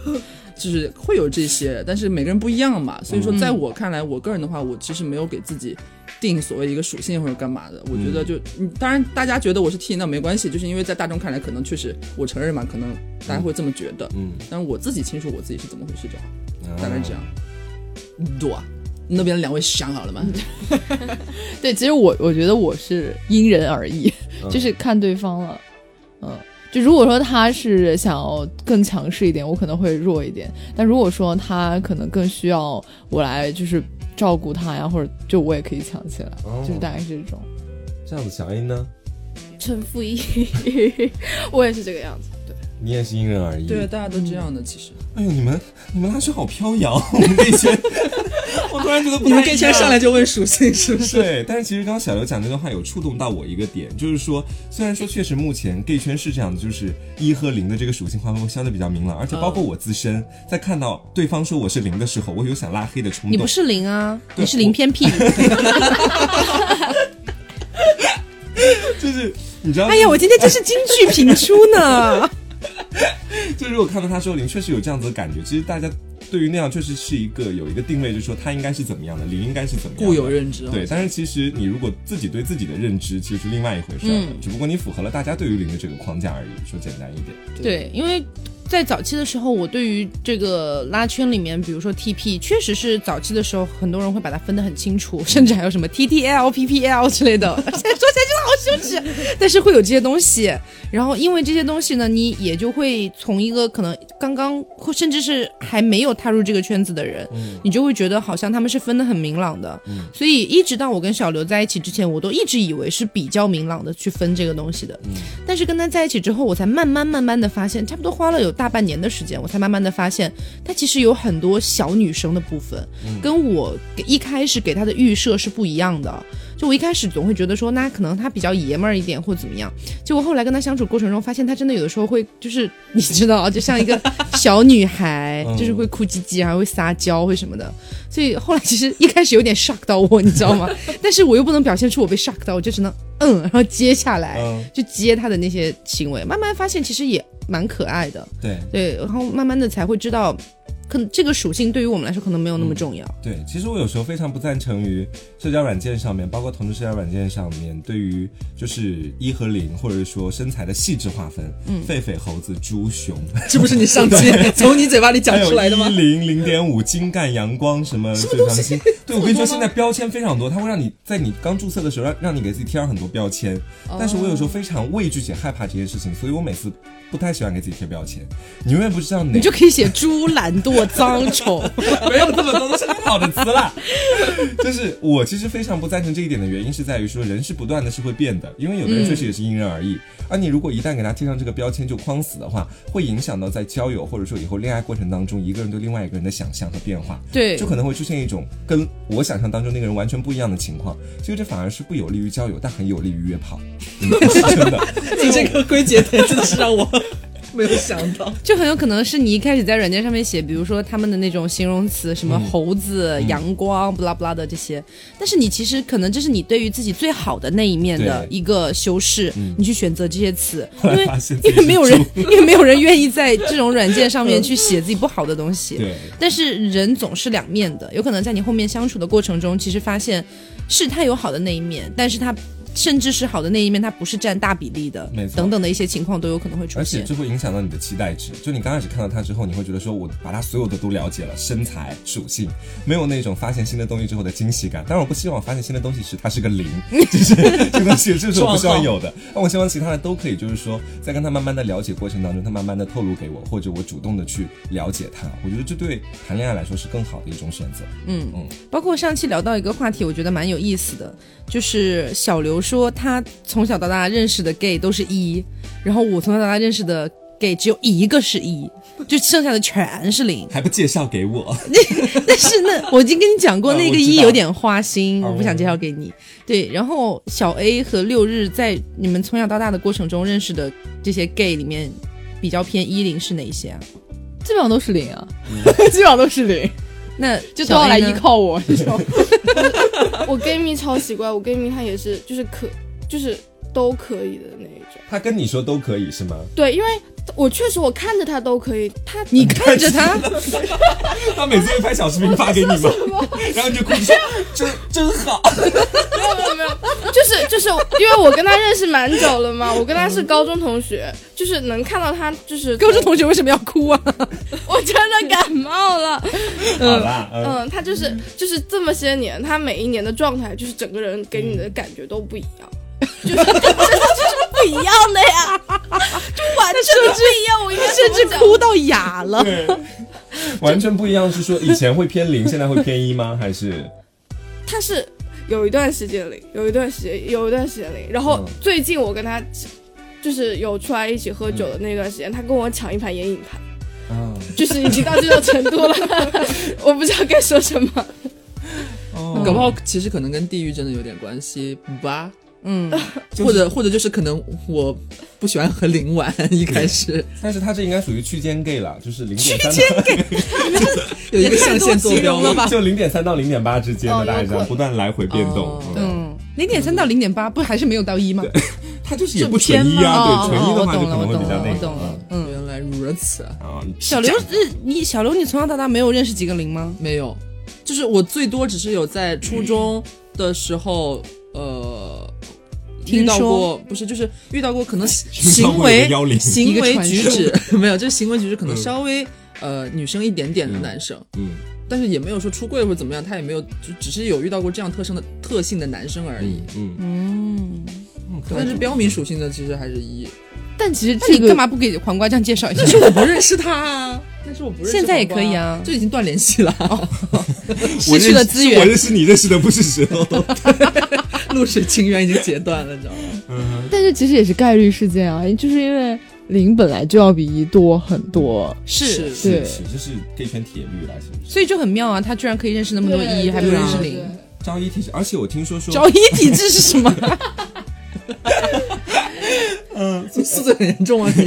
C: 就是会有这些，但是每个人不一样嘛。所以说，在我看来，我个人的话，我其实没有给自己定所谓一个属性或者干嘛的。我觉得就，嗯，当然大家觉得我是 T 那没关系，就是因为在大众看来，可能确实我承认嘛，可能大家会这么觉得。
B: 嗯，
C: 但我自己清楚我自己是怎么回事就好，大概这样。对啊，那边两位想好了吗？
E: 对，其实我我觉得我是因人而异，
B: 嗯
E: 就是看对方了。嗯，就如果说他是想要更强势一点，我可能会弱一点；但如果说他可能更需要我来就是照顾他呀，或者就我也可以强起来，
B: 哦
E: 就是大概是这种。
B: 这样子，小 A 呢，
D: 陈负一， 我也是这个样子。
B: 你也是因人而异。
C: 对，啊大家都这样的，其实。
B: 哎呦，你们你们拉去好飘摇，我们跟以前，我突然觉得不
C: 你们
B: 太
C: 跟
B: 一
C: 前
B: 样
C: 上来就问属性是不 是？
B: 对，但是其实刚刚小刘讲这段话有触动到我一个点，就是说，虽然说确实目前 gay 圈是这样的，就是一和零的这个属性划分会相对比较明朗，而且包括我自身，在看到对方说我是零的时候，我有想拉黑的冲
A: 你不
B: 动。
A: 是零啊，
B: 对
A: 你是零偏哎 P。
B: 就是你知道，
A: 哎呀，我今天真是金句频出呢。
B: 就是我看到他说零，确实有这样子的感觉。其实大家对于那样确实是一个有一个定位，就是说他应该是怎么样的，零应该是怎么样的
C: 固有认知哦
B: 对，但是其实你如果自己对自己的认知，其实是另外一回事儿了。只不过你符合了大家对于零的这个框架而已。说简单一点，
A: 对，因为在早期的时候，我对于这个拉圈里面，比如说 TP，确实是早期的时候，很多人会把它分得很清楚，甚至还有什么 TTL、PPL 之类的。现在说起来真的好羞耻，但是会有这些东西。然后因为这些东西呢，你也就会从一个可能刚刚或甚至是还没有踏入这个圈子的人，你就会觉得好像他们是分得很明朗的。所以一直到我跟小刘在一起之前，我都一直以为是比较明朗的去分这个东西的。但是跟他在一起之后，我才慢慢慢慢的发现，差不多花了有大半年的时间，我才慢慢的发现，他其实有很多小女生的部分，跟我一开始给他的预设是不一样的。就我一开始总会觉得说，那可能他比较爷们儿一点或怎么样，结果后来跟他相处过程中，发现他真的有的时候会就是你知道，就像一个 小女孩，
B: 嗯
A: 就是会哭唧唧，啊还会撒娇，会什么的。所以后来其实一开始有点 shock 到我，你知道吗？但是我又不能表现出我被 shock 到，我就只能嗯，然后接下来。
B: 嗯，
A: 就接他的那些行为，慢慢发现其实也蛮可爱的，
B: 对
A: 对，然后慢慢的才会知道，可能这个属性对于我们来说可能没有那么重要。
B: 对，其实我有时候非常不赞成于社交软件上面，包括同志社交软件上面，对于就是一和零或者说身材的细致划分，嗯，狒狒、猴子、猪、熊，
C: 这不是你 上期从你嘴巴里讲
B: 还有
C: 出来的吗
B: 一？零零点五精干阳光什么水长星，对我跟你说，现在标签非常多，它会让你在你刚注册的时候让让你给自己贴上很多标签。但是我有时候非常畏惧且害怕这些事情，所以我每次不太喜欢给自己贴标签。你永远不知道哪
A: 你就可以写猪、懒惰、脏、 丑，
B: 没有这么多都是很好的词啦。 就是我其实非常不赞成这一点的原因是在于说，人是不断的是会变的，因为有的人
A: 嗯
B: 确实也是因人而异。而你如果一旦给他贴上这个标签就框死的话，会影响到在交友或者说以后恋爱过程当中，一个人对另外一个人的想象和变化。
A: 对
B: 就可能会出现一种跟我想象当中那个人完全不一样的情况，所以这反而是不有利于交友，但很有利于约炮，嗯是真 的。
C: 你这个归结点真的是让我 没有想到。
A: 就很有可能是你一开始在软件上面写，比如说他们的那种形容词，什
B: 嗯
A: 么猴子、阳光、不拉不拉的这些，但是你其实可能这是你对于自己最好的那一面的
B: 对
A: 一个修饰，你去选择这些 词，
B: 后
A: 因
B: 来
A: 为
B: 嗯发现自己
A: 因为没有
B: 是
A: 人，因为没有人愿意在这种软件上面去写自己不好的东西，
B: 对，
A: 但是人总是两面的，有可能在你后面相处的过程中，其实发现是他有好的那一面，但是他甚至是好的那一面，他不是占大比例的
B: 没，错
A: 等等的一些情况都有可能会出
B: 而且
A: 现。
B: 这会影响到你的期待值。就你刚开始看到他之后，你会觉得说，我把他所有的都了解了，身材、属性，没有那种发现新的东西之后的惊喜感。当然，我不希望发现新的东西时它是个零，就是 这个东西，这是我不希望有的。那我希望其他的都可以，就是说，在跟他慢慢的了解过程当中，他慢慢的透露给我，或者我主动的去了解他。我觉得这对谈恋爱来说是更好的一种选择。
A: 包括上期聊到一个话题，我觉得蛮有意思的，就是小刘说他从小到大认识的 gay 都是一，然后我从小到大认识的 gay 只有一个是一，就剩下的全是零。
B: 还不介绍给我，
A: 但是那我已经跟你讲过，
B: 嗯
A: 那个
B: 我知
A: 一
B: 道
A: 有点花心，
B: 哦
A: 我不想介绍给你。对，然后小 A 和六日在你们从小到大的过程中认识的这些 gay 里面，比较偏一零是哪一些啊？
E: 基本上都是零啊，
A: 嗯
E: 基本上都是零，
A: 那
E: 就都
A: 小
E: 要
A: A
E: 来
A: 呢
E: 依。靠我这种。
D: 我闺蜜超奇怪，我闺蜜她也是，就是可就是都可以的那一种。
B: 他跟你说都可以是吗？
D: 对，因为我确实我看着她都可以，她
A: 你看着他，
B: 他每次会拍小视频 发给你 吗？然后你就哭着说，真真好。
D: 没有没有，就是就是因为我跟她认识蛮久了嘛，我跟她是高中同学，就是能看到她就是
A: 高中同学为什么要哭啊？
D: 我真的感冒了。
B: 好啦，嗯
D: 嗯，她就是就是这么些年，她每一年的状态，就是整个人给你的感觉都不一样。就是就是就是不一样的呀，就完全不一样。我应该
A: 甚
D: 怎
A: 至
D: 么讲
A: 哭到哑 了。
B: 对，完全不一样，是说以前会偏零， 现在会偏一吗？还是
D: 他是有一段时间零，有一段时间，有一段时间零。然后
B: 嗯
D: 最近我跟他就是有出来一起喝酒的那段时间，他跟我抢一盘眼影盘，
B: 啊？
D: 就是已经到这种程度了，我不知道该说什么。
B: 哦
C: 搞不好其实可能跟地域真的有点关系吧，
A: 嗯，
C: 或者或者就是可能我不喜欢和林玩，一开始
B: 但是他这应该属于区间 gay 了，就是零点三嗯
C: 有一个象限坐标
B: 到
C: 嘛。
B: 就零点三到零点八之间的
D: 哦
B: 大概这
D: 有可
B: 样，
D: 能
B: 不断来回变动
C: 哦。
B: 嗯，
A: 嗯，零点三到零点八，不还是没有到一吗？
B: 他就是也不纯一啊，
A: 哦
B: 对，纯一
A: 哦
B: 的
A: 我
B: 话就
A: 懂
B: 可
A: 了，我
B: 能会
A: 懂
B: 比较
A: 了，
B: 那
A: 我
B: 个
A: 懂了。嗯，
C: 原来如此，
B: 啊。
A: 小刘，是你小刘，你从小到大没有认识几个零吗？
C: 没有，就是我最多只是有在初中的时候，呃。
A: 听
C: 遇到
A: 说
C: 过不是，就是遇到过可能
B: 听到过有
C: 行
B: 个
C: 为
B: 幺零，
C: 行为举
A: 一
C: 止没有，就是行为举止可能
B: 嗯
C: 稍微、呃女生一点点的男生，
B: 嗯，
C: 但是也没有说出柜或者怎么样，他也没有，就只是有遇到过这样特生的特性的男生而已。
B: 嗯嗯，
A: 嗯，
C: 但是标明属性的其实还是一，
A: 但其实
E: 这
A: 你
E: 个
A: 干嘛不给黄瓜酱介绍一下？
C: 我不认识他啊，但是我不认识。
A: 现在也可以，啊，
C: 就已经断联系了，
A: 失去了资
B: 我
A: 源。
B: 认识你认识的不是时候。
C: 露水情缘已经截断了，你知道吗？
B: 嗯，
E: 但是其实也是概率事件啊，就是因为零本来就要比一多很多，
A: 是，
B: 是
E: 对
B: 是，这是 gay 圈铁律啦，是不是？
A: 所以就很妙啊，他居然可以认识那么多一，还不认识零。
B: 交易体质，而且我听说说，
A: 交易体质是什么？
B: 嗯，
C: 宿醉很严重啊！你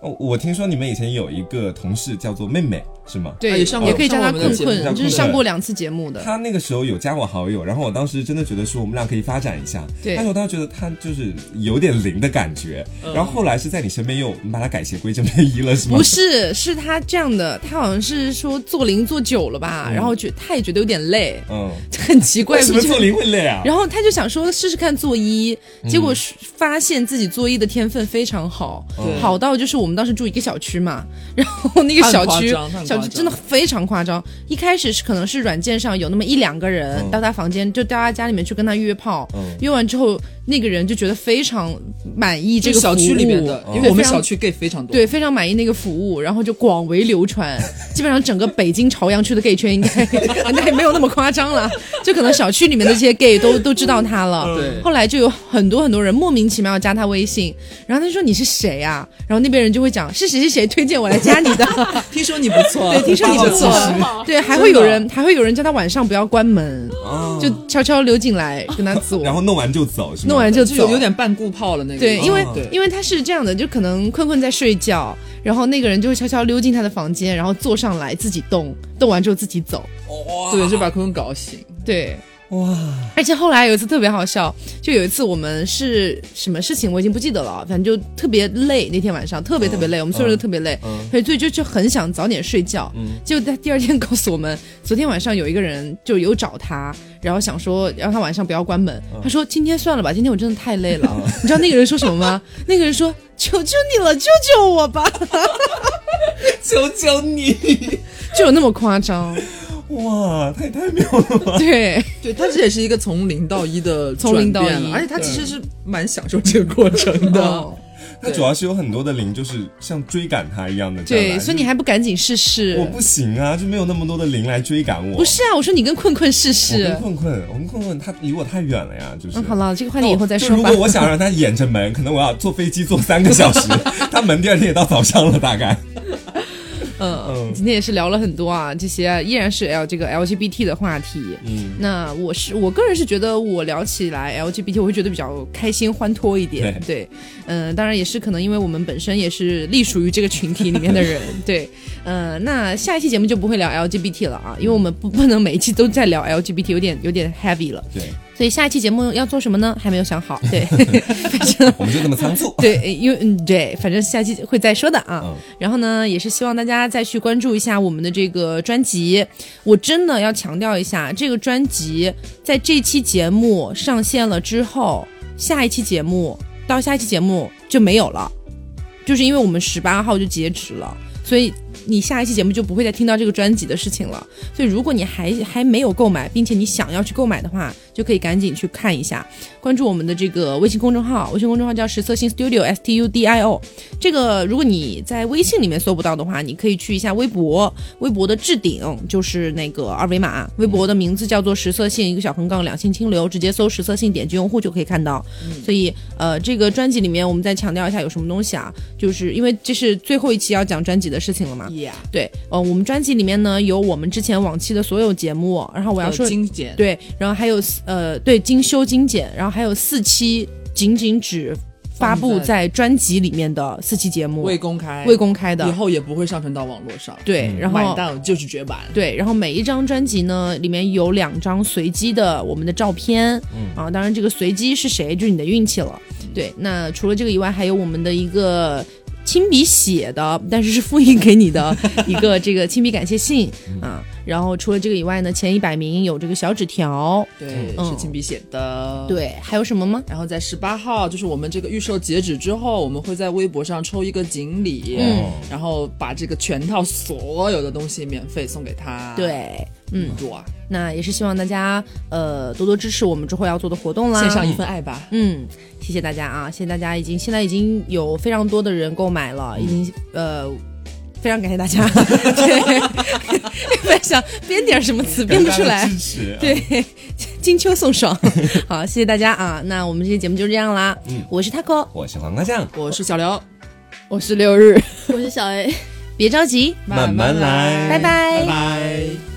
B: 哦我听说你们以前有一个同事叫做妹妹，是吗？
A: 对，
C: 啊也上过
A: 也可以叫他
C: 上过我们
A: 困
C: 的节
B: 叫
C: 目
A: 困，就是
B: 困
A: 上
B: 困
A: 过两次节目的。
B: 她那个时候有加我好友，然后我当时真的觉得说我们俩可以发展一下，
A: 对嗯
B: 但是我当时觉得她就是有点零的感觉，然后后来是在你身边又你把她改邪归正变一了，是吗？
A: 不是，是他这样的，他好像是说做零做久了
C: 嗯
A: 吧，然后觉他也觉得有点累，
B: 嗯，
A: 很奇怪。
B: 为什么
A: 就
B: 做零会累啊？
A: 然后他就想说试试看做医，
C: 嗯
A: 结果是发现自己做医的天分非常好，
C: 对
A: 好到就是我们当时住一个小区嘛， 然后那个
C: 太
A: 小
C: 夸
A: 区
C: 张太
A: 小
C: 夸
A: 区
C: 张
A: 真的非常夸张。一开始是可能是软件上有那么一两个人
B: 嗯
A: 到他房间，就到他家里面去跟他约炮，
B: 嗯
A: 约完之后那个人就觉得非常满意这
C: 这
A: 个
C: 个小区里面的，
A: 服务哦
C: 因为我
A: 对非
C: 们
A: 常
C: 小区 gay 非常多。
A: 对，非常满意那个服务，然后就广为流传。基本上整个北京朝阳区的 gay 圈应该应该没有那么夸张了，就可能小区里面的这些 gay 都都知道他了。
C: 对
A: 后来就有很多很多人莫名其妙加他微信，然后他就说你是谁呀、然后那边人就会讲是谁谁谁推荐我来加你的，
C: 听说你不错，
A: 对，听说你不错
C: 八号技师，
A: 对，还会有人还会有人叫他晚上不要关门，
B: 啊
A: 就悄悄溜进来跟他做，
B: 然后弄完就走，是吗？
A: 弄完 就
C: 就
A: 走，
C: 有有点半固炮了那个。哦
A: 对，因为、
C: 对
A: 因为他是这样的，就可能困困在睡觉，然后那个人就会悄悄溜进他的房间，然后坐上来自己动，动完之后自己走。
C: 对，就把坤坤搞醒。
A: 对，
B: 哇，
A: 而且后来有一次特别好笑，就有一次我们是什么事情我已经不记得了，反正就特别累，那天晚上特别特别累，我们所有人都特别累，
B: 嗯
A: 所以就就就很想早点睡觉。
B: 嗯
A: 结果他第二天告诉我们，昨天晚上有一个人就有找他，然后想说让他晚上不要关门。
B: 嗯
A: 他说今天算了吧，今天我真的太累 了。你知道那个人说什么吗？那个人说求求你了，救救我吧！
B: 求求你！
A: 就有那么夸张？
B: 哇，太太妙了吧！
A: 对，
C: 对，他这也是一个从零到一的
A: 从零到一
C: 转变了而且他
A: 对
C: 其实是蛮享受这个过程 的。
A: 哦
B: 他主要是有很多的零，就是像追赶他一样的这样来。
A: 对，所以你还不赶紧试
B: 我
A: 试？
B: 不行啊，就没有那么多的零来追赶我。
A: 不是啊，我说你跟困困试
B: 我跟
A: 试。
B: 困困，我跟困困，他离我太远了呀，就是。
A: 嗯，好了，这个话
B: 那我，
A: 题以后再
B: 就
A: 说
B: 哦如
A: 吧
B: 果。我想让他掩着门，可能我要坐飞机坐三个小时， 他门第二天也到早上了，大概。
A: 嗯，今天也是聊了很多啊，这些啊依然是 L 这个 LGBT 的话题。
B: 嗯，
A: 那我是我个人是觉得我聊起来 LGBT 我会觉得比较开心欢脱一点，对，嗯、当然也是可能因为我们本身也是隶属于这个群体里面的 人，对，呃，那下一期节目就不会聊 LGBT 了啊，因为我们不不能每一期都在聊 LGBT，有点有点 heavy 了，
B: 对，
A: 所以下一期节目要做什么呢？还没有想好，对，反正
B: 我们就这么仓促。
A: 对，因为嗯对，反正下期会再说的啊。
B: 嗯
A: 然后呢，也是希望大家再去关注一下我们的这个专辑。我真的要强调一下，这个专辑在这期节目上线了之后，下一期节目到下一期节目就没有了，就是因为我们十八号就截止了，所以。你下一期节目就不会再听到这个专辑的事情了，所以如果你还还没有购买，并且你想要去购买的话，就可以赶紧去看一下。关注我们的这个微信公众号，微信公众号叫实色性 Studio S T U D I O。这个如果你在微信里面搜不到的话，你可以去一下微博，微博的置顶就是那个二维码，微博的名字叫做实色性一个小横杠两性清流，直接搜实色性点击用户就可以看到。所以呃，这个专辑里面我们再强调一下有什么东西啊，就是因为这是最后一期要讲专辑的事情了嘛。
C: 呀，
A: 对，呃，我们专辑里面呢有我们之前往期的所有节目，然后我
C: 我
A: 要说
C: 精简。
A: 对，然后还有四呃，对，精修精简，然后还有四期仅仅只发布
C: 放在
A: 在专辑里面的四期节目，
C: 未公开，
A: 未公开
C: 以
A: 的，
C: 后也嗯不会上传到网络上。
A: 对，然
C: 买
A: 后。
C: 到就是绝版。
A: 对，然后每一张专辑呢，里面有两张随机的我们的照片，
B: 嗯
A: 啊，当然这个随机是谁，就是你的运气了。对，那除了这个以外，还有我们的一个亲笔写的，但是是复印给你的一个这个亲笔感谢信啊。然后除了这个以外呢，前一百名有这个小纸条，
C: 对，
A: 嗯
C: 是亲笔写的。。
A: 对，还有什么吗？
C: 然后在十八号，就是我们这个预售截止之后，我们会在微博上抽一个锦鲤，
B: 嗯
C: 然后把这个全套所有的东西免费送给他。，
A: 对，嗯，
C: 对啊，
A: 那也是希望大家呃多多支持我们之后要做的活动啦。
C: 献上一份爱吧。
A: 嗯，谢谢大家啊！谢谢大家，已经现在已经有非常多的人购买了，已经呃。非常感谢大 家，对，本想编点什么词编不出
B: 感谢大家
A: 来
B: 的，支持。啊
A: 对，金秋送 爽，好，谢谢大家啊！那我们这期节目就这样啦，
B: 嗯
A: 我是 taco，
B: 我是黄瓜酱，
C: 我是小刘，
E: 我是六日。
D: 我是小 A。
A: 别着急，
B: 慢慢来
A: 拜拜
C: 拜拜。